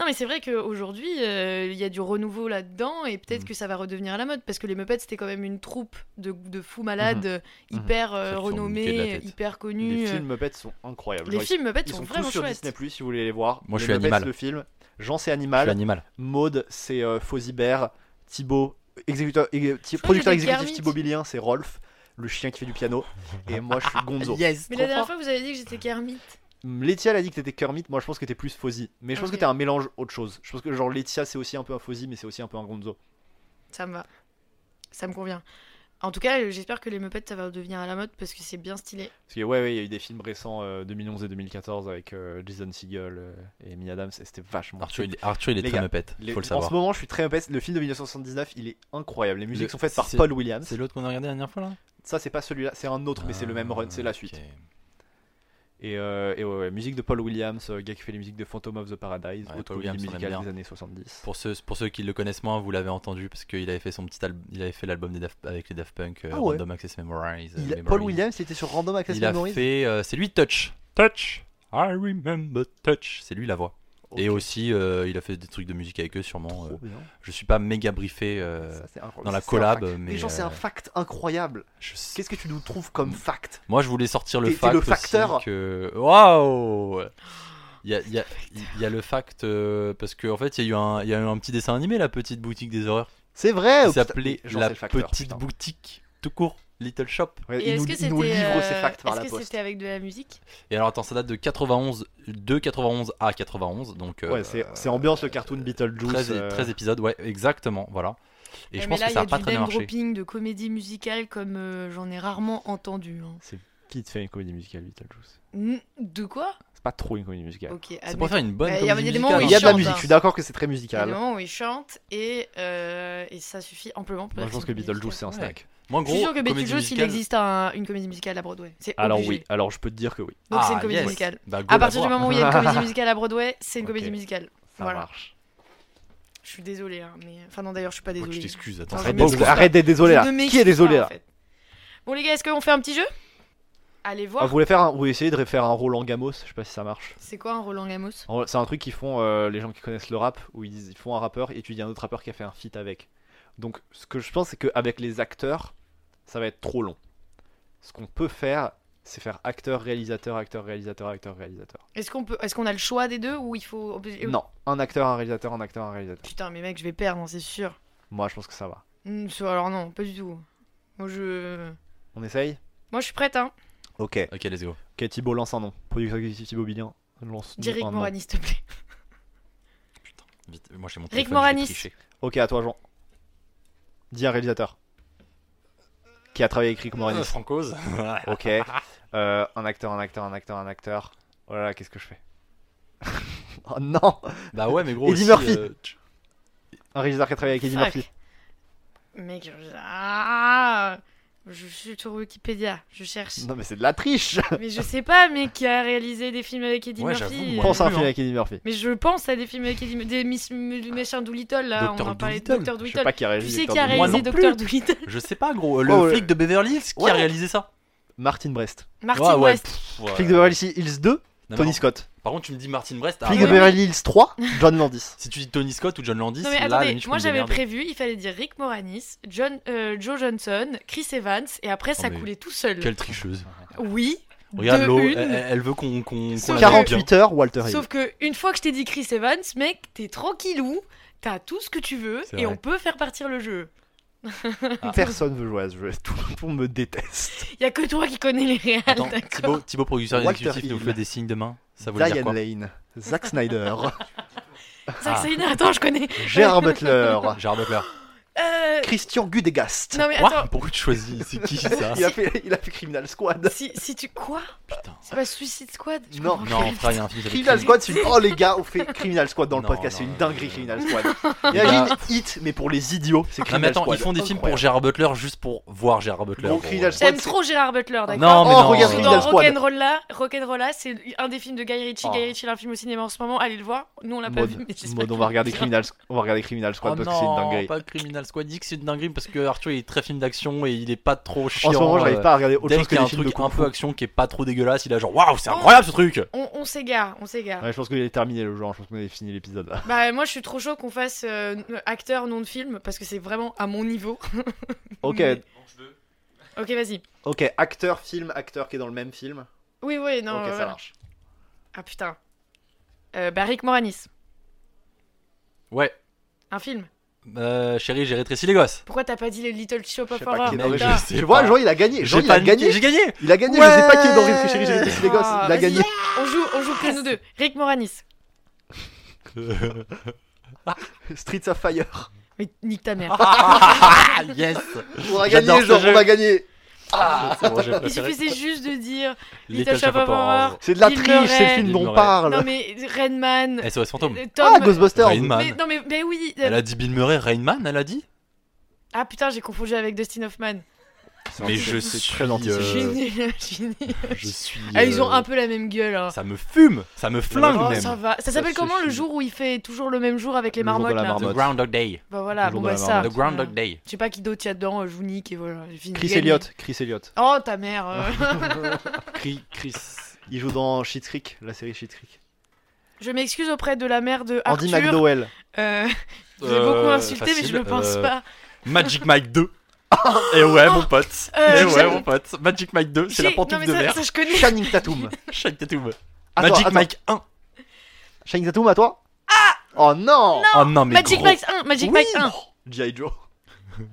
Speaker 3: Non, mais c'est vrai qu'aujourd'hui, euh, il y a du renouveau là-dedans et peut-être
Speaker 1: Mhm.
Speaker 3: que ça va redevenir à la mode parce que les Muppets, c'était quand même une troupe de, de fous malades euh,
Speaker 2: Mhm.
Speaker 1: Mm-hmm.
Speaker 3: hyper
Speaker 1: Ceux
Speaker 3: euh,
Speaker 1: qui sont niqués de la
Speaker 3: renommés,
Speaker 1: tête.
Speaker 3: hyper connus.
Speaker 2: les
Speaker 3: euh,
Speaker 2: films Muppets sont incroyables
Speaker 3: Les
Speaker 2: Genre, ils-
Speaker 3: films Muppets
Speaker 2: ils
Speaker 3: sont
Speaker 2: sont tous
Speaker 3: vraiment
Speaker 2: sur
Speaker 3: chouettes.
Speaker 2: Disney Plus si vous voulez les voir
Speaker 1: Moi, je suis
Speaker 2: Les Muppets,
Speaker 1: animal.
Speaker 2: le film Jean c'est
Speaker 1: Je suis
Speaker 2: animal
Speaker 1: animal.
Speaker 2: Maude c'est euh, Fauzibert Thibaut exécuteur exé- ti-
Speaker 3: que
Speaker 2: producteur
Speaker 3: j'étais
Speaker 2: exécutif
Speaker 3: Kermit.
Speaker 2: Thibaut Bilien c'est Rolf le chien qui fait du piano et moi je suis Gonzo
Speaker 3: Mais la dernière fois, vous avez dit que j'étais Kermit.
Speaker 2: Laetitia elle a dit que t'étais Kermit, moi je pense que t'es plus Fozzie. Mais je pense
Speaker 3: Ok.
Speaker 2: que t'es un mélange autre chose. Je pense que genre Laetitia c'est aussi un peu un Fozzie, mais c'est aussi un peu un Gonzo.
Speaker 3: Ça me va. Ça me convient. En tout cas, euh, j'espère que les Muppets, ça va devenir à la mode parce que c'est bien stylé.
Speaker 2: Parce que ouais, ouais, il y a eu des films récents euh, 2011 et 2014 avec euh, Jason Segel euh, et Amy Adams, et c'était vachement.
Speaker 1: Arthur, il est, Arthur, il est
Speaker 2: Les
Speaker 1: très
Speaker 2: gars,
Speaker 1: Muppet,
Speaker 2: Les-
Speaker 1: faut le
Speaker 2: En
Speaker 1: savoir.
Speaker 2: ce moment, je suis très impressionné. Le film de 1979, il est incroyable. Les musiques
Speaker 1: Le-
Speaker 2: sont faites par
Speaker 1: c'est-
Speaker 2: Paul Williams.
Speaker 1: C'est l'autre qu'on a regardé la dernière fois là
Speaker 2: Ça, c'est pas celui-là, c'est un autre, mais c'est le même run, c'est la suite.
Speaker 1: Ah, Ok.
Speaker 2: Et, euh, et ouais, ouais, musique de Paul Williams, euh, gars qui fait les musiques de Phantom of the Paradise,
Speaker 1: Ouais,
Speaker 2: autre
Speaker 1: Paul Williams, on
Speaker 2: comédie
Speaker 1: aime
Speaker 2: musicale
Speaker 1: bien.
Speaker 2: des années 70.
Speaker 1: Pour ceux, pour ceux qui le connaissent moins, vous l'avez entendu parce qu'il avait fait son petit album, il avait fait l'album des Daft- avec les Daft Punk, euh,
Speaker 2: Ah ouais.
Speaker 1: Random Access Memories. euh,
Speaker 2: Il-
Speaker 1: Memories.
Speaker 2: Paul Williams, il était sur Random Access
Speaker 1: il a
Speaker 2: Memories.
Speaker 1: fait, euh, c'est lui Touch, Touch, I remember Touch, c'est lui la voix.
Speaker 2: Ok.
Speaker 1: Et aussi, euh, il a fait des trucs de musique avec eux sûrement.
Speaker 2: Trop
Speaker 1: euh,
Speaker 2: bien.
Speaker 1: je suis pas méga briefé euh,
Speaker 2: Ça, c'est incroyable.
Speaker 1: dans la
Speaker 2: Ça, c'est un
Speaker 1: collab,
Speaker 2: fact.
Speaker 1: mais,
Speaker 2: genre, c'est
Speaker 1: euh, Mm.
Speaker 2: un fact incroyable.
Speaker 1: je sais-
Speaker 2: Qu'est-ce que tu nous trouves comme fact
Speaker 1: Moi, je voulais sortir le
Speaker 2: T'es- t'es
Speaker 1: fact
Speaker 2: le
Speaker 1: aussi
Speaker 2: facteur.
Speaker 1: que waouh. Il y a, il y a- il y a le fact euh, parce qu'en en fait, il y, a eu un- il y a eu un petit dessin animé, la petite boutique des horreurs.
Speaker 2: C'est vrai
Speaker 1: qui
Speaker 2: oh, putain,
Speaker 1: s'appelait
Speaker 2: j'en
Speaker 1: la
Speaker 2: sais le facteur,
Speaker 1: petite
Speaker 2: putain.
Speaker 1: boutique tout court, Little Shop.
Speaker 2: Ouais,
Speaker 3: Et
Speaker 2: il
Speaker 3: est-ce
Speaker 2: Euh, nous,
Speaker 3: que
Speaker 2: il nous
Speaker 3: c'était,
Speaker 2: livre ses
Speaker 3: euh,
Speaker 2: facts par
Speaker 3: est-ce
Speaker 2: la
Speaker 3: que
Speaker 2: poste.
Speaker 3: c'était avec de la musique
Speaker 1: Et alors attends, ça date de 91, de 91 à 91, donc euh,
Speaker 2: Ouais, c'est c'est ambiance le cartoon Beetlejuice.
Speaker 1: 13,
Speaker 2: euh,
Speaker 1: 13 épisodes, ouais, exactement, voilà. Et
Speaker 3: Eh,
Speaker 1: je
Speaker 3: Mais
Speaker 1: pense
Speaker 3: là,
Speaker 1: que
Speaker 3: il y
Speaker 1: ça
Speaker 3: a
Speaker 1: a pas
Speaker 3: du
Speaker 1: très bien
Speaker 3: name
Speaker 1: marché.
Speaker 3: dropping de comédie musicale comme euh, j'en ai rarement entendu. hein.
Speaker 2: Qui te fait une comédie musicale Beetlejuice
Speaker 3: N- De quoi
Speaker 2: C'est pas trop une comédie musicale.
Speaker 3: Ok,
Speaker 1: C'est
Speaker 3: admettons.
Speaker 1: pour faire une bonne
Speaker 3: Euh, il y a
Speaker 1: comédie
Speaker 3: des moments
Speaker 1: musicale.
Speaker 3: où
Speaker 2: Il
Speaker 3: il
Speaker 2: y a de la
Speaker 3: chante,
Speaker 2: musique,
Speaker 3: hein.
Speaker 2: je suis d'accord que c'est très
Speaker 3: Il y a des
Speaker 2: musical.
Speaker 3: moments où ils chantent et, euh, et ça suffit amplement pour
Speaker 2: Moi,
Speaker 3: la
Speaker 2: je pense que
Speaker 3: comédie
Speaker 2: Beetlejuice, c'est un
Speaker 1: Ouais.
Speaker 2: snack.
Speaker 1: Moi, en
Speaker 3: Je suis
Speaker 1: gros,
Speaker 3: sûr que
Speaker 1: comédie
Speaker 3: Beetlejuice, il
Speaker 1: musicale-
Speaker 3: existe un- une comédie musicale à Broadway. C'est
Speaker 2: Alors
Speaker 3: obligé.
Speaker 2: oui, alors je peux te dire que oui.
Speaker 3: Donc
Speaker 1: Ah,
Speaker 3: c'est une comédie
Speaker 1: yes.
Speaker 3: musicale.
Speaker 1: Bah, go
Speaker 3: À
Speaker 1: la
Speaker 3: partir du
Speaker 1: voir.
Speaker 3: moment où il y a une comédie musicale à Broadway, c'est une
Speaker 2: Ok.
Speaker 3: comédie musicale.
Speaker 2: Ça
Speaker 3: voilà.
Speaker 2: marche.
Speaker 3: Je suis désolée, hein, mais enfin non d'ailleurs je suis pas
Speaker 1: Moi,
Speaker 3: désolée.
Speaker 1: je t'excuse, attends,
Speaker 3: Non,
Speaker 1: ça
Speaker 3: je
Speaker 1: va être
Speaker 3: m'excuse
Speaker 1: bon.
Speaker 3: pas.
Speaker 2: Arrête d'être désolé
Speaker 3: Je
Speaker 2: là.
Speaker 3: ne
Speaker 2: Qui
Speaker 3: m'excuse
Speaker 2: est désolé
Speaker 3: pas,
Speaker 2: là
Speaker 3: en fait. Bon les gars, est-ce qu'on fait un petit jeu Allez
Speaker 2: Ah,
Speaker 3: voir.
Speaker 2: Vous voulez faire un- vous voulez essayer de faire un Roland Gamos Je sais pas si ça marche.
Speaker 3: C'est quoi un Roland Gamos
Speaker 2: En- C'est un truc qu'ils font euh, les gens qui connaissent le rap où ils, disent- ils font un rappeur et tu dis un autre rappeur qui a fait un feat avec. Donc ce que je pense c'est qu'avec les acteurs ça va être trop long. Ce qu'on peut faire c'est faire acteur réalisateur acteur réalisateur acteur réalisateur.
Speaker 3: Est-ce qu'on peut est-ce qu'on a le choix des deux ou il faut
Speaker 2: Non un acteur un réalisateur un acteur un réalisateur.
Speaker 3: Putain, mais mec, je vais perdre, hein, c'est sûr.
Speaker 2: Moi je pense que ça va.
Speaker 3: Hmm, c'est- Alors non, pas du tout. Moi je
Speaker 2: On essaye.
Speaker 3: Moi je suis prête
Speaker 2: Oh
Speaker 3: hein.
Speaker 2: Ok.
Speaker 1: Ok, let's go.
Speaker 2: Ok Thibaut lance un nom. Producteur exécutif Thibaut Bilien lance
Speaker 3: Dis Rick
Speaker 2: un nom.
Speaker 3: Moranis, s'il te plaît.
Speaker 1: Vite, moi j'ai mon
Speaker 3: Rick
Speaker 1: téléphone, je vais
Speaker 3: Moranis.
Speaker 1: tricher.
Speaker 2: Ok à toi Jean. Dis un réalisateur. Qui a travaillé avec Rick Moranis.
Speaker 1: Euh, Francoise. Ah,
Speaker 2: Ok. Euh, un acteur, un acteur, un acteur, un acteur. Oh là là, qu'est-ce que je fais Oh non
Speaker 1: Bah ouais, mais gros.
Speaker 2: Eddie
Speaker 1: aussi,
Speaker 2: Murphy.
Speaker 1: euh, tch-
Speaker 2: Un réalisateur qui a travaillé avec Eddie
Speaker 3: Fuck.
Speaker 2: Murphy.
Speaker 3: Mec, je- ah, je suis sur Wikipédia, je cherche.
Speaker 2: Non, mais c'est de la triche
Speaker 3: Mais je sais pas, mais qui a réalisé des films avec Eddie
Speaker 1: Ouais, j'avoue,
Speaker 3: Murphy.
Speaker 1: moi.
Speaker 3: euh,
Speaker 2: Pense à un
Speaker 1: plus,
Speaker 2: film
Speaker 1: hein.
Speaker 2: avec Eddie Murphy.
Speaker 3: Mais je pense à des films avec Eddie Murphy, des miss, des méchants Doolittle, là,
Speaker 1: Dr.
Speaker 3: on en parlait.
Speaker 1: Dolittle.
Speaker 3: Docteur
Speaker 2: Je sais
Speaker 3: Doolittle.
Speaker 2: pas qui a
Speaker 3: Tu
Speaker 2: réalisé.
Speaker 3: sais qui
Speaker 2: Docteur
Speaker 3: a
Speaker 2: Who. Moi
Speaker 3: réalisé
Speaker 1: non
Speaker 3: Docteur Doolittle
Speaker 1: Je sais pas, gros. Le
Speaker 2: Oh, ouais.
Speaker 1: flic de Beverly Hills, qui
Speaker 2: Ouais.
Speaker 1: a réalisé ça
Speaker 2: non. Martin Brest.
Speaker 3: Martin
Speaker 1: Ouais, ouais,
Speaker 3: West.
Speaker 1: pff, ouais.
Speaker 2: Flic de Beverly Hills 2,
Speaker 1: Non, mais
Speaker 2: Tony
Speaker 1: non.
Speaker 2: Scott.
Speaker 1: Par contre, tu me dis Martin Brest.
Speaker 2: Flic
Speaker 1: ah,
Speaker 2: de
Speaker 1: ouais.
Speaker 2: Beverly Hills 3, John Landis.
Speaker 1: Si tu dis Tony Scott ou John Landis,
Speaker 3: Non mais
Speaker 1: là, à la
Speaker 3: attendez,
Speaker 1: limite, je peux
Speaker 3: moi
Speaker 1: me
Speaker 3: j'avais
Speaker 1: démerder.
Speaker 3: prévu, il fallait dire Rick Moranis, John, euh, Joe Johnson, Chris Evans, et après ça
Speaker 1: Oh, mais
Speaker 3: coulait tout seul.
Speaker 1: Quelle tricheuse.
Speaker 3: Oui,
Speaker 1: Regarde
Speaker 3: de
Speaker 1: l'eau,
Speaker 3: une.
Speaker 1: elle, elle veut qu'on. qu'on-
Speaker 3: Sauf
Speaker 1: qu'on la
Speaker 3: que-
Speaker 1: mette bien.
Speaker 2: 48 heures, Walter Hill.
Speaker 3: Ah Sauf que une fois que je t'ai dit Chris Evans, mec, t'es tranquillou, t'as tout ce que tu veux,
Speaker 1: C'est
Speaker 3: et
Speaker 1: vrai.
Speaker 3: on peut faire partir le jeu.
Speaker 1: Ah.
Speaker 2: Personne veut jouer à ce jeu. Tout le monde me déteste.
Speaker 3: Y a que toi qui connais les réels,
Speaker 1: Attends,
Speaker 3: d'accord
Speaker 1: Thibaut, Thibaut, producteur
Speaker 2: Walter
Speaker 1: exécutif, nous
Speaker 2: Hill.
Speaker 1: fait des signes de main. Ça veut dire
Speaker 2: Diane
Speaker 1: quoi
Speaker 2: Lane, Zack Snyder,
Speaker 3: Zack
Speaker 1: Ah.
Speaker 3: Snyder, attends, je connais.
Speaker 2: Gérard Butler,
Speaker 1: Gérard Butler.
Speaker 3: Euh,
Speaker 2: Christian Gudegast.
Speaker 3: Non mais
Speaker 1: Quoi
Speaker 3: attends,
Speaker 1: Pourquoi tu choisis C'est qui ça
Speaker 2: Il a, fait, il a fait Criminal Squad.
Speaker 3: si, si tu... Quoi
Speaker 1: Putain.
Speaker 3: C'est pas Suicide Squad Je
Speaker 2: Non.
Speaker 3: comprends
Speaker 1: Non,
Speaker 3: pas.
Speaker 1: frère, il y a un film qui
Speaker 2: Criminal
Speaker 1: s'appelle
Speaker 2: Squad, c'est une... Oh les gars, on fait Criminal Squad dans le
Speaker 1: Non,
Speaker 2: podcast,
Speaker 1: non,
Speaker 2: c'est une
Speaker 1: non,
Speaker 2: dinguerie
Speaker 1: non,
Speaker 2: Criminal
Speaker 1: non.
Speaker 2: Squad.
Speaker 1: Les
Speaker 2: Imagine Hit, mais pour les idiots, c'est
Speaker 1: Non, mais
Speaker 2: Criminal
Speaker 1: attends,
Speaker 2: Squad.
Speaker 1: ils font des films pour
Speaker 2: Incroyable.
Speaker 1: Gérard Butler juste pour voir Gérard Butler.
Speaker 2: Gros
Speaker 1: gros.
Speaker 2: Criminal Squad.
Speaker 3: J'aime trop Gérard Butler, d'accord
Speaker 1: Non, mais
Speaker 2: Oh,
Speaker 1: non.
Speaker 2: regarde
Speaker 3: Dans
Speaker 2: Criminal Squad.
Speaker 3: Rock'n'Rolla, Rock'n'Rolla, c'est un des films de Guy Ritchie.
Speaker 1: Oh.
Speaker 3: Guy Ritchie, il a un film au cinéma en ce moment. Allez le voir. Nous, on l'a pas
Speaker 2: Maud,
Speaker 3: vu. mais j'espère
Speaker 2: Maud, on
Speaker 3: qu'il
Speaker 2: va regarder
Speaker 3: le
Speaker 2: Criminal, on va regarder Criminal Squad
Speaker 1: Oh
Speaker 2: parce que c'est une
Speaker 1: non,
Speaker 2: dinguerie.
Speaker 1: pas Criminal Squad. Dis que c'est une dinguerie parce que Arthur il est très film d'action et il est pas trop chiant.
Speaker 2: En ce moment, j'arrive
Speaker 1: euh,
Speaker 2: pas à regarder autre
Speaker 1: Dès
Speaker 2: chose
Speaker 1: qu'il
Speaker 2: que
Speaker 1: y a
Speaker 2: des
Speaker 1: un
Speaker 2: films de
Speaker 1: truc
Speaker 2: kung
Speaker 1: un
Speaker 2: fu.
Speaker 1: peu action qui est pas trop dégueulasse, il a genre waouh, c'est
Speaker 3: Oh.
Speaker 1: incroyable ce truc.
Speaker 3: fera. On, on s'égare, on s'égare.
Speaker 2: Ouais, je pense que j'ai terminé le genre, je pense qu'on avait fini l'épisode là.
Speaker 3: Bah, moi, je suis trop chaud qu'on fasse euh, acteur, nom de film, parce que c'est vraiment à mon niveau.
Speaker 2: Ok,
Speaker 3: Mais- Ok, vas-y.
Speaker 2: ok, acteur, film, acteur qui est dans le même film.
Speaker 3: Oui, oui, non.
Speaker 2: ok,
Speaker 3: voilà.
Speaker 2: ça marche.
Speaker 3: Ah putain. Euh, bah, Rick Moranis.
Speaker 1: Ouais.
Speaker 3: Un film.
Speaker 1: Euh, chérie, j'ai rétréci les gosses.
Speaker 3: Pourquoi t'as pas dit les Little Shop
Speaker 2: Eh ben, Je
Speaker 3: of
Speaker 2: sais pas
Speaker 3: Horror
Speaker 2: qui est dans les
Speaker 1: je
Speaker 3: putain.
Speaker 1: sais
Speaker 2: Tu vois,
Speaker 1: pas.
Speaker 2: Jean, il a gagné. Jean,
Speaker 1: Bah, J'ai
Speaker 2: il a
Speaker 1: pas niqué,
Speaker 2: gagné.
Speaker 1: J'ai gagné.
Speaker 2: Il a gagné, je sais pas qui est dans
Speaker 1: Ouais.
Speaker 2: Réfléchir, j'ai réfléchi les gosses.
Speaker 3: Ah,
Speaker 2: Il a
Speaker 3: vas-y.
Speaker 2: gagné.
Speaker 3: On joue, on joue que nous deux. Rick Moranis.
Speaker 2: Streets of Fire.
Speaker 3: Mais nique ta mère.
Speaker 1: Ah, yes.
Speaker 2: On a
Speaker 1: J'adore
Speaker 2: gagné,
Speaker 1: ce
Speaker 2: Jean,
Speaker 1: jeu.
Speaker 2: on a gagné. Ah.
Speaker 1: C'est bon, j'ai
Speaker 3: Il
Speaker 1: préféré.
Speaker 3: suffisait juste de dire
Speaker 1: Little
Speaker 3: Little Shop of Horror.
Speaker 2: C'est de la
Speaker 3: Il
Speaker 2: triche,
Speaker 3: l'aurait.
Speaker 2: c'est le film
Speaker 1: Il
Speaker 2: dont on
Speaker 1: l'aurait.
Speaker 2: parle.
Speaker 3: Non mais Redman,
Speaker 1: SOS fantôme.
Speaker 3: euh, Tom.
Speaker 2: Ah, Ghostbusters.
Speaker 1: Rain Man.
Speaker 3: mais, non mais, mais oui. euh,
Speaker 1: Elle a dit Bill Murray, Rainman, elle a dit
Speaker 3: Ah putain, j'ai confondu avec Dustin Hoffman.
Speaker 1: Mais je suis.
Speaker 2: très gentil,
Speaker 3: Je
Speaker 1: euh,
Speaker 3: suis nulle, je suis nulle.
Speaker 1: je suis.
Speaker 3: Ah, ils ont
Speaker 1: euh,
Speaker 3: un peu la même gueule. hein.
Speaker 1: Ça me fume, ça me flingue
Speaker 3: Oh,
Speaker 1: même.
Speaker 3: ça va. Ça s'appelle
Speaker 2: se
Speaker 3: comment le
Speaker 2: fume.
Speaker 3: jour où il fait toujours le même jour avec les
Speaker 2: Le jour de
Speaker 3: marmottes
Speaker 2: la
Speaker 3: là
Speaker 2: marmotte.
Speaker 1: The Groundhog Day.
Speaker 3: Bah voilà,
Speaker 2: Le jour
Speaker 3: bon
Speaker 2: de
Speaker 3: bah
Speaker 2: la
Speaker 3: ça.
Speaker 1: The Groundhog Day.
Speaker 3: Je sais pas qui d'autre y a dedans, euh, je vous nique et voilà. j'ai fini de
Speaker 2: Chris
Speaker 3: gagner.
Speaker 2: Elliott, Chris Elliott.
Speaker 3: Oh ta mère. euh.
Speaker 1: Chris. Chris.
Speaker 2: Il joue dans Shit's Creek, la série Shit's Creek.
Speaker 3: je m'excuse auprès de la mère de
Speaker 2: Andy
Speaker 3: Arthur.
Speaker 2: McDowell.
Speaker 3: Euh, je l'ai
Speaker 1: Euh,
Speaker 3: beaucoup insulté mais je
Speaker 1: facile,
Speaker 3: le pense
Speaker 1: euh,
Speaker 3: pas.
Speaker 1: Magic Mike 2. Et ouais, mon pote.
Speaker 3: Euh,
Speaker 1: Et ouais,
Speaker 3: j'aime-
Speaker 1: mon pote. Magic Mike 2, c'est la
Speaker 3: J'ai- non
Speaker 1: pantoufle
Speaker 3: mais
Speaker 1: de
Speaker 3: ça-
Speaker 1: verre.
Speaker 3: ça je connais.
Speaker 2: Shining Tatum.
Speaker 1: Shake Tatum.
Speaker 2: Attends,
Speaker 1: Magic
Speaker 2: attends.
Speaker 1: Mike 1.
Speaker 2: Shining Tatum à toi Ah Oh non
Speaker 1: Oh non, mais
Speaker 3: Magic
Speaker 1: gros.
Speaker 3: Mike 1, Magic Mike 1.
Speaker 2: G.I. Joe.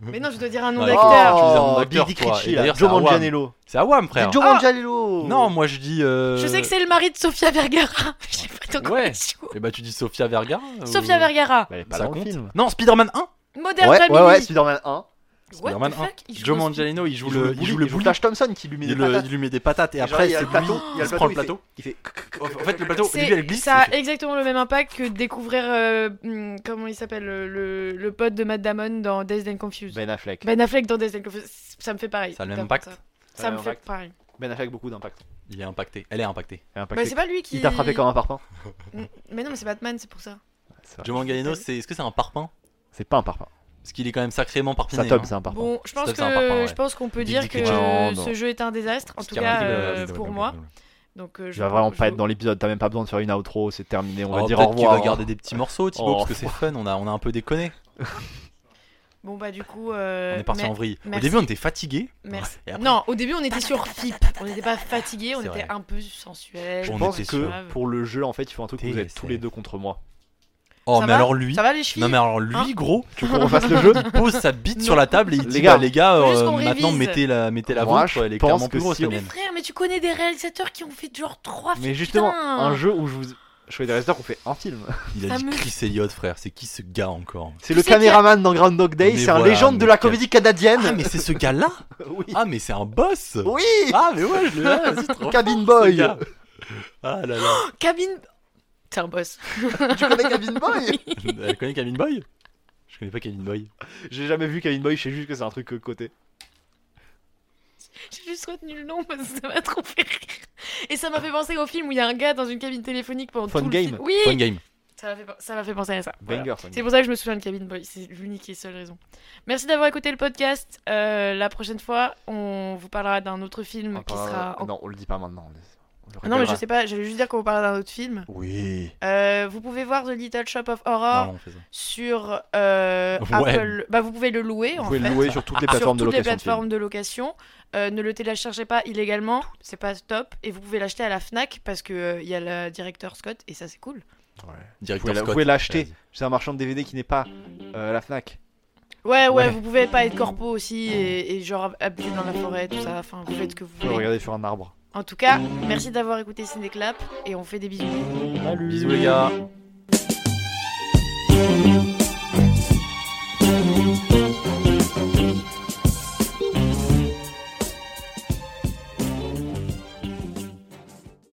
Speaker 3: Mais non, je dois dire un nom
Speaker 1: Ouais.
Speaker 3: d'acteur.
Speaker 1: Tu disais un nom
Speaker 2: Oh,
Speaker 1: d'acteur,
Speaker 2: Big Dick
Speaker 1: toi. Et
Speaker 2: Ritchie, là.
Speaker 1: d'ailleurs,
Speaker 2: Joe
Speaker 1: c'est un Wham.
Speaker 2: Manganiello.
Speaker 1: C'est à Wham,
Speaker 2: C'est
Speaker 1: frère.
Speaker 2: Joe
Speaker 3: Ah.
Speaker 2: Manganiello.
Speaker 1: Non, moi je dis. euh,
Speaker 3: Je sais que c'est le mari de Sofia Vergara. Je sais pas dans quoi
Speaker 1: Ouais. Ah
Speaker 3: elle joue.
Speaker 1: Eh bah, tu dis Sofia Vergara. ou-
Speaker 3: Sofia Vergara.
Speaker 2: Bah, elle est pas
Speaker 1: Ça
Speaker 2: dans le
Speaker 1: compte
Speaker 2: film.
Speaker 1: Non, Spider-Man 1.
Speaker 3: Modern
Speaker 2: Ouais,
Speaker 3: Family.
Speaker 2: ouais, ouais, Spider-Man 1.
Speaker 3: What
Speaker 1: Spider-Man
Speaker 3: the fuck Il joue
Speaker 1: Joe
Speaker 3: dans-
Speaker 1: Manganiello, il joue le
Speaker 2: bully, il joue
Speaker 1: bully.
Speaker 2: Flash Thompson qui lui met
Speaker 1: Il,
Speaker 2: des
Speaker 1: le-
Speaker 2: patates.
Speaker 1: il lui met des patates et
Speaker 2: genre,
Speaker 1: après
Speaker 2: il y a
Speaker 1: c'est
Speaker 2: le plateau,
Speaker 1: lui
Speaker 2: il y a
Speaker 1: qui
Speaker 2: le
Speaker 1: prend
Speaker 2: plateau,
Speaker 1: le plateau.
Speaker 2: Il fait.
Speaker 1: En fait, le plateau, au
Speaker 3: C'est-
Speaker 1: début, elle glisse.
Speaker 3: ça
Speaker 1: il
Speaker 3: a
Speaker 1: fait-
Speaker 3: exactement le même impact que découvrir euh, hum, comment il s'appelle euh, le, le pote de Matt Damon dans Dazed and Confused.
Speaker 2: Ben Affleck.
Speaker 3: Ben Affleck dans Dazed and Confused, ça me fait pareil.
Speaker 1: Ça a le même
Speaker 3: Putain,
Speaker 1: impact.
Speaker 3: Ça,
Speaker 2: Ça
Speaker 3: ça
Speaker 2: a le
Speaker 3: me
Speaker 2: même
Speaker 3: fait
Speaker 2: impact.
Speaker 3: pareil.
Speaker 2: Ben Affleck, beaucoup d'impact.
Speaker 1: Il est impacté. Elle est impactée.
Speaker 2: Elle a
Speaker 3: Bah,
Speaker 2: impacté.
Speaker 3: c'est pas lui qui.
Speaker 2: Il t'a frappé comme un parpaing
Speaker 3: Mm. Mais non, mais c'est Batman, c'est pour ça.
Speaker 2: C'est vrai.
Speaker 1: Joe Manganiello, c'est est-ce que c'est un parpaing
Speaker 2: C'est pas un parpaing.
Speaker 1: Parce qu'il est quand même sacrément parpiné.
Speaker 2: Ça tombe,
Speaker 1: hein.
Speaker 2: c'est un parpaing.
Speaker 3: Bon, je pense
Speaker 1: Stop,
Speaker 3: que
Speaker 1: c'est un parpaing, ouais.
Speaker 3: je pense qu'on peut
Speaker 1: Big
Speaker 3: dire
Speaker 1: Dick
Speaker 3: que
Speaker 1: Richard.
Speaker 2: Non, non.
Speaker 3: ce jeu est un désastre, en
Speaker 1: Parce
Speaker 3: tout
Speaker 1: qu'il y a
Speaker 3: cas
Speaker 1: un-
Speaker 3: euh, pour moi. Donc euh,
Speaker 2: Je
Speaker 3: je
Speaker 2: vais vraiment
Speaker 3: je-
Speaker 2: pas être dans l'épisode, t'as même pas besoin de faire une outro, c'est terminé, on va
Speaker 1: Alors,
Speaker 2: dire au
Speaker 1: Oh, peut-être qu'il
Speaker 2: revoir.
Speaker 1: va garder des petits morceaux, Thibaut,
Speaker 2: Oh.
Speaker 1: parce que c'est fun. On a, on a un peu déconné.
Speaker 3: Bon bah du coup. euh,
Speaker 1: on est parti
Speaker 3: mer-
Speaker 1: en vrille. Au
Speaker 3: merci.
Speaker 1: début, on était fatigué.
Speaker 3: Merci.
Speaker 1: Et après-
Speaker 3: Non, au début on était sur FIP, on n'était pas fatigué, on
Speaker 1: C'est
Speaker 3: était
Speaker 1: vrai.
Speaker 3: un peu sensuel.
Speaker 2: Je
Speaker 1: On
Speaker 2: pense
Speaker 1: était
Speaker 2: que
Speaker 3: sur-
Speaker 2: pour le jeu, en fait, il faut un truc où vous êtes
Speaker 1: TSF.
Speaker 2: tous les deux contre moi.
Speaker 1: Oh,
Speaker 3: Ça
Speaker 1: mais
Speaker 3: va
Speaker 1: alors lui.
Speaker 3: Ça va les chevilles
Speaker 1: Non, mais alors lui,
Speaker 3: Hein
Speaker 1: gros.
Speaker 2: Tu veux qu'on refasse le jeu
Speaker 1: Il pose sa bite
Speaker 3: Non.
Speaker 1: sur la table et il
Speaker 2: Les
Speaker 1: dit
Speaker 2: gars,
Speaker 1: bah, les gars,
Speaker 3: faut juste
Speaker 1: euh,
Speaker 3: qu'on
Speaker 1: maintenant
Speaker 3: révise.
Speaker 1: mettez la, mettez la
Speaker 2: Moi,
Speaker 1: vôtre.
Speaker 2: je
Speaker 1: Elle est
Speaker 2: pense
Speaker 1: clairement
Speaker 2: que
Speaker 1: plus grosse
Speaker 2: si
Speaker 1: la
Speaker 2: on-
Speaker 1: mienne.
Speaker 3: Frère, mais tu connais des réalisateurs qui ont fait genre 3 films.
Speaker 2: Mais justement,
Speaker 3: Ah, putain.
Speaker 2: un jeu où je vous. Je fais des réalisateurs qu'on fait un film.
Speaker 1: Il a
Speaker 3: Ça
Speaker 1: dit
Speaker 3: me-
Speaker 1: Chris Elliott, frère. C'est qui ce gars encore
Speaker 2: C'est le
Speaker 3: sais qu'il y a-
Speaker 2: caméraman dans Groundhog Day,
Speaker 1: Mais
Speaker 2: c'est un
Speaker 1: voilà,
Speaker 2: légende de
Speaker 1: mais
Speaker 2: la
Speaker 1: quel-
Speaker 2: comédie canadienne.
Speaker 1: Ah, mais c'est ce gars-là
Speaker 2: Oui.
Speaker 1: Ah, mais c'est un boss
Speaker 2: Oui
Speaker 1: Ah, mais ouais, je l'ai là, vas-y, trop
Speaker 2: Cabin
Speaker 1: fort, ce
Speaker 2: Boy.
Speaker 1: gars. Ah là là
Speaker 3: Cabine. C'est un boss.
Speaker 2: Tu connais Cabin Boy
Speaker 1: Elle connaît Cabin Boy Je Je connais pas Kevin Boy.
Speaker 2: J'ai jamais vu Kevin Boy, je sais juste que c'est un truc euh, coté.
Speaker 3: J'ai juste retenu le nom parce que ça m'a trop fait rire. Et ça m'a fait penser au film où il y a un gars dans une cabine téléphonique pendant
Speaker 2: Phone
Speaker 3: tout
Speaker 2: Game.
Speaker 3: le film. Oui,
Speaker 1: Fun game.
Speaker 3: ça m'a fait, pen- ça m'a fait penser à ça. Voilà.
Speaker 2: Banger, Phone
Speaker 3: C'est
Speaker 2: Game.
Speaker 3: pour ça que je me souviens de Cabin Boy, c'est l'unique et seule raison. Merci d'avoir écouté le podcast. Euh, la prochaine fois, on vous parlera d'un autre film
Speaker 2: On
Speaker 3: qui
Speaker 2: parlera-
Speaker 3: sera. en-
Speaker 2: Ah, Non, on le dit pas maintenant. on le- on le
Speaker 3: Ah non, mais je
Speaker 2: révélera.
Speaker 3: sais pas, j'allais juste dire qu'on vous parlera d'un autre film.
Speaker 2: Oui.
Speaker 3: Euh, vous pouvez voir The Little Shop of Horror
Speaker 1: Non, on fait ça.
Speaker 3: sur euh,
Speaker 1: Ouais.
Speaker 3: Apple. Bah, vous pouvez le louer
Speaker 2: Vous
Speaker 3: en
Speaker 2: pouvez
Speaker 3: fait.
Speaker 2: le louer sur toutes les plateformes
Speaker 3: sur toutes
Speaker 2: de
Speaker 3: les
Speaker 2: location. de films.
Speaker 3: plateformes de location. Euh, ne le téléchargez pas illégalement, c'est pas top. Et vous pouvez l'acheter à la Fnac parce que euh, il y a le directeur Scott et ça c'est cool.
Speaker 2: Vous pouvez
Speaker 1: Directeur
Speaker 2: la- vous
Speaker 1: Scott.
Speaker 2: pouvez l'acheter.
Speaker 1: Vas-y.
Speaker 2: C'est un marchand de DVD qui n'est pas euh, la Fnac.
Speaker 3: Ouais, ouais,
Speaker 2: Ouais.
Speaker 3: vous pouvez pas être corpo aussi et, et genre habillé dans la forêt, tout ça. Enfin, vous faites ce que vous
Speaker 2: Vous pouvez
Speaker 3: voulez.
Speaker 2: regarder sur un arbre.
Speaker 3: En tout cas, merci d'avoir écouté Cinéclap et on fait des bisous.
Speaker 2: Salut.
Speaker 1: Bisous les gars.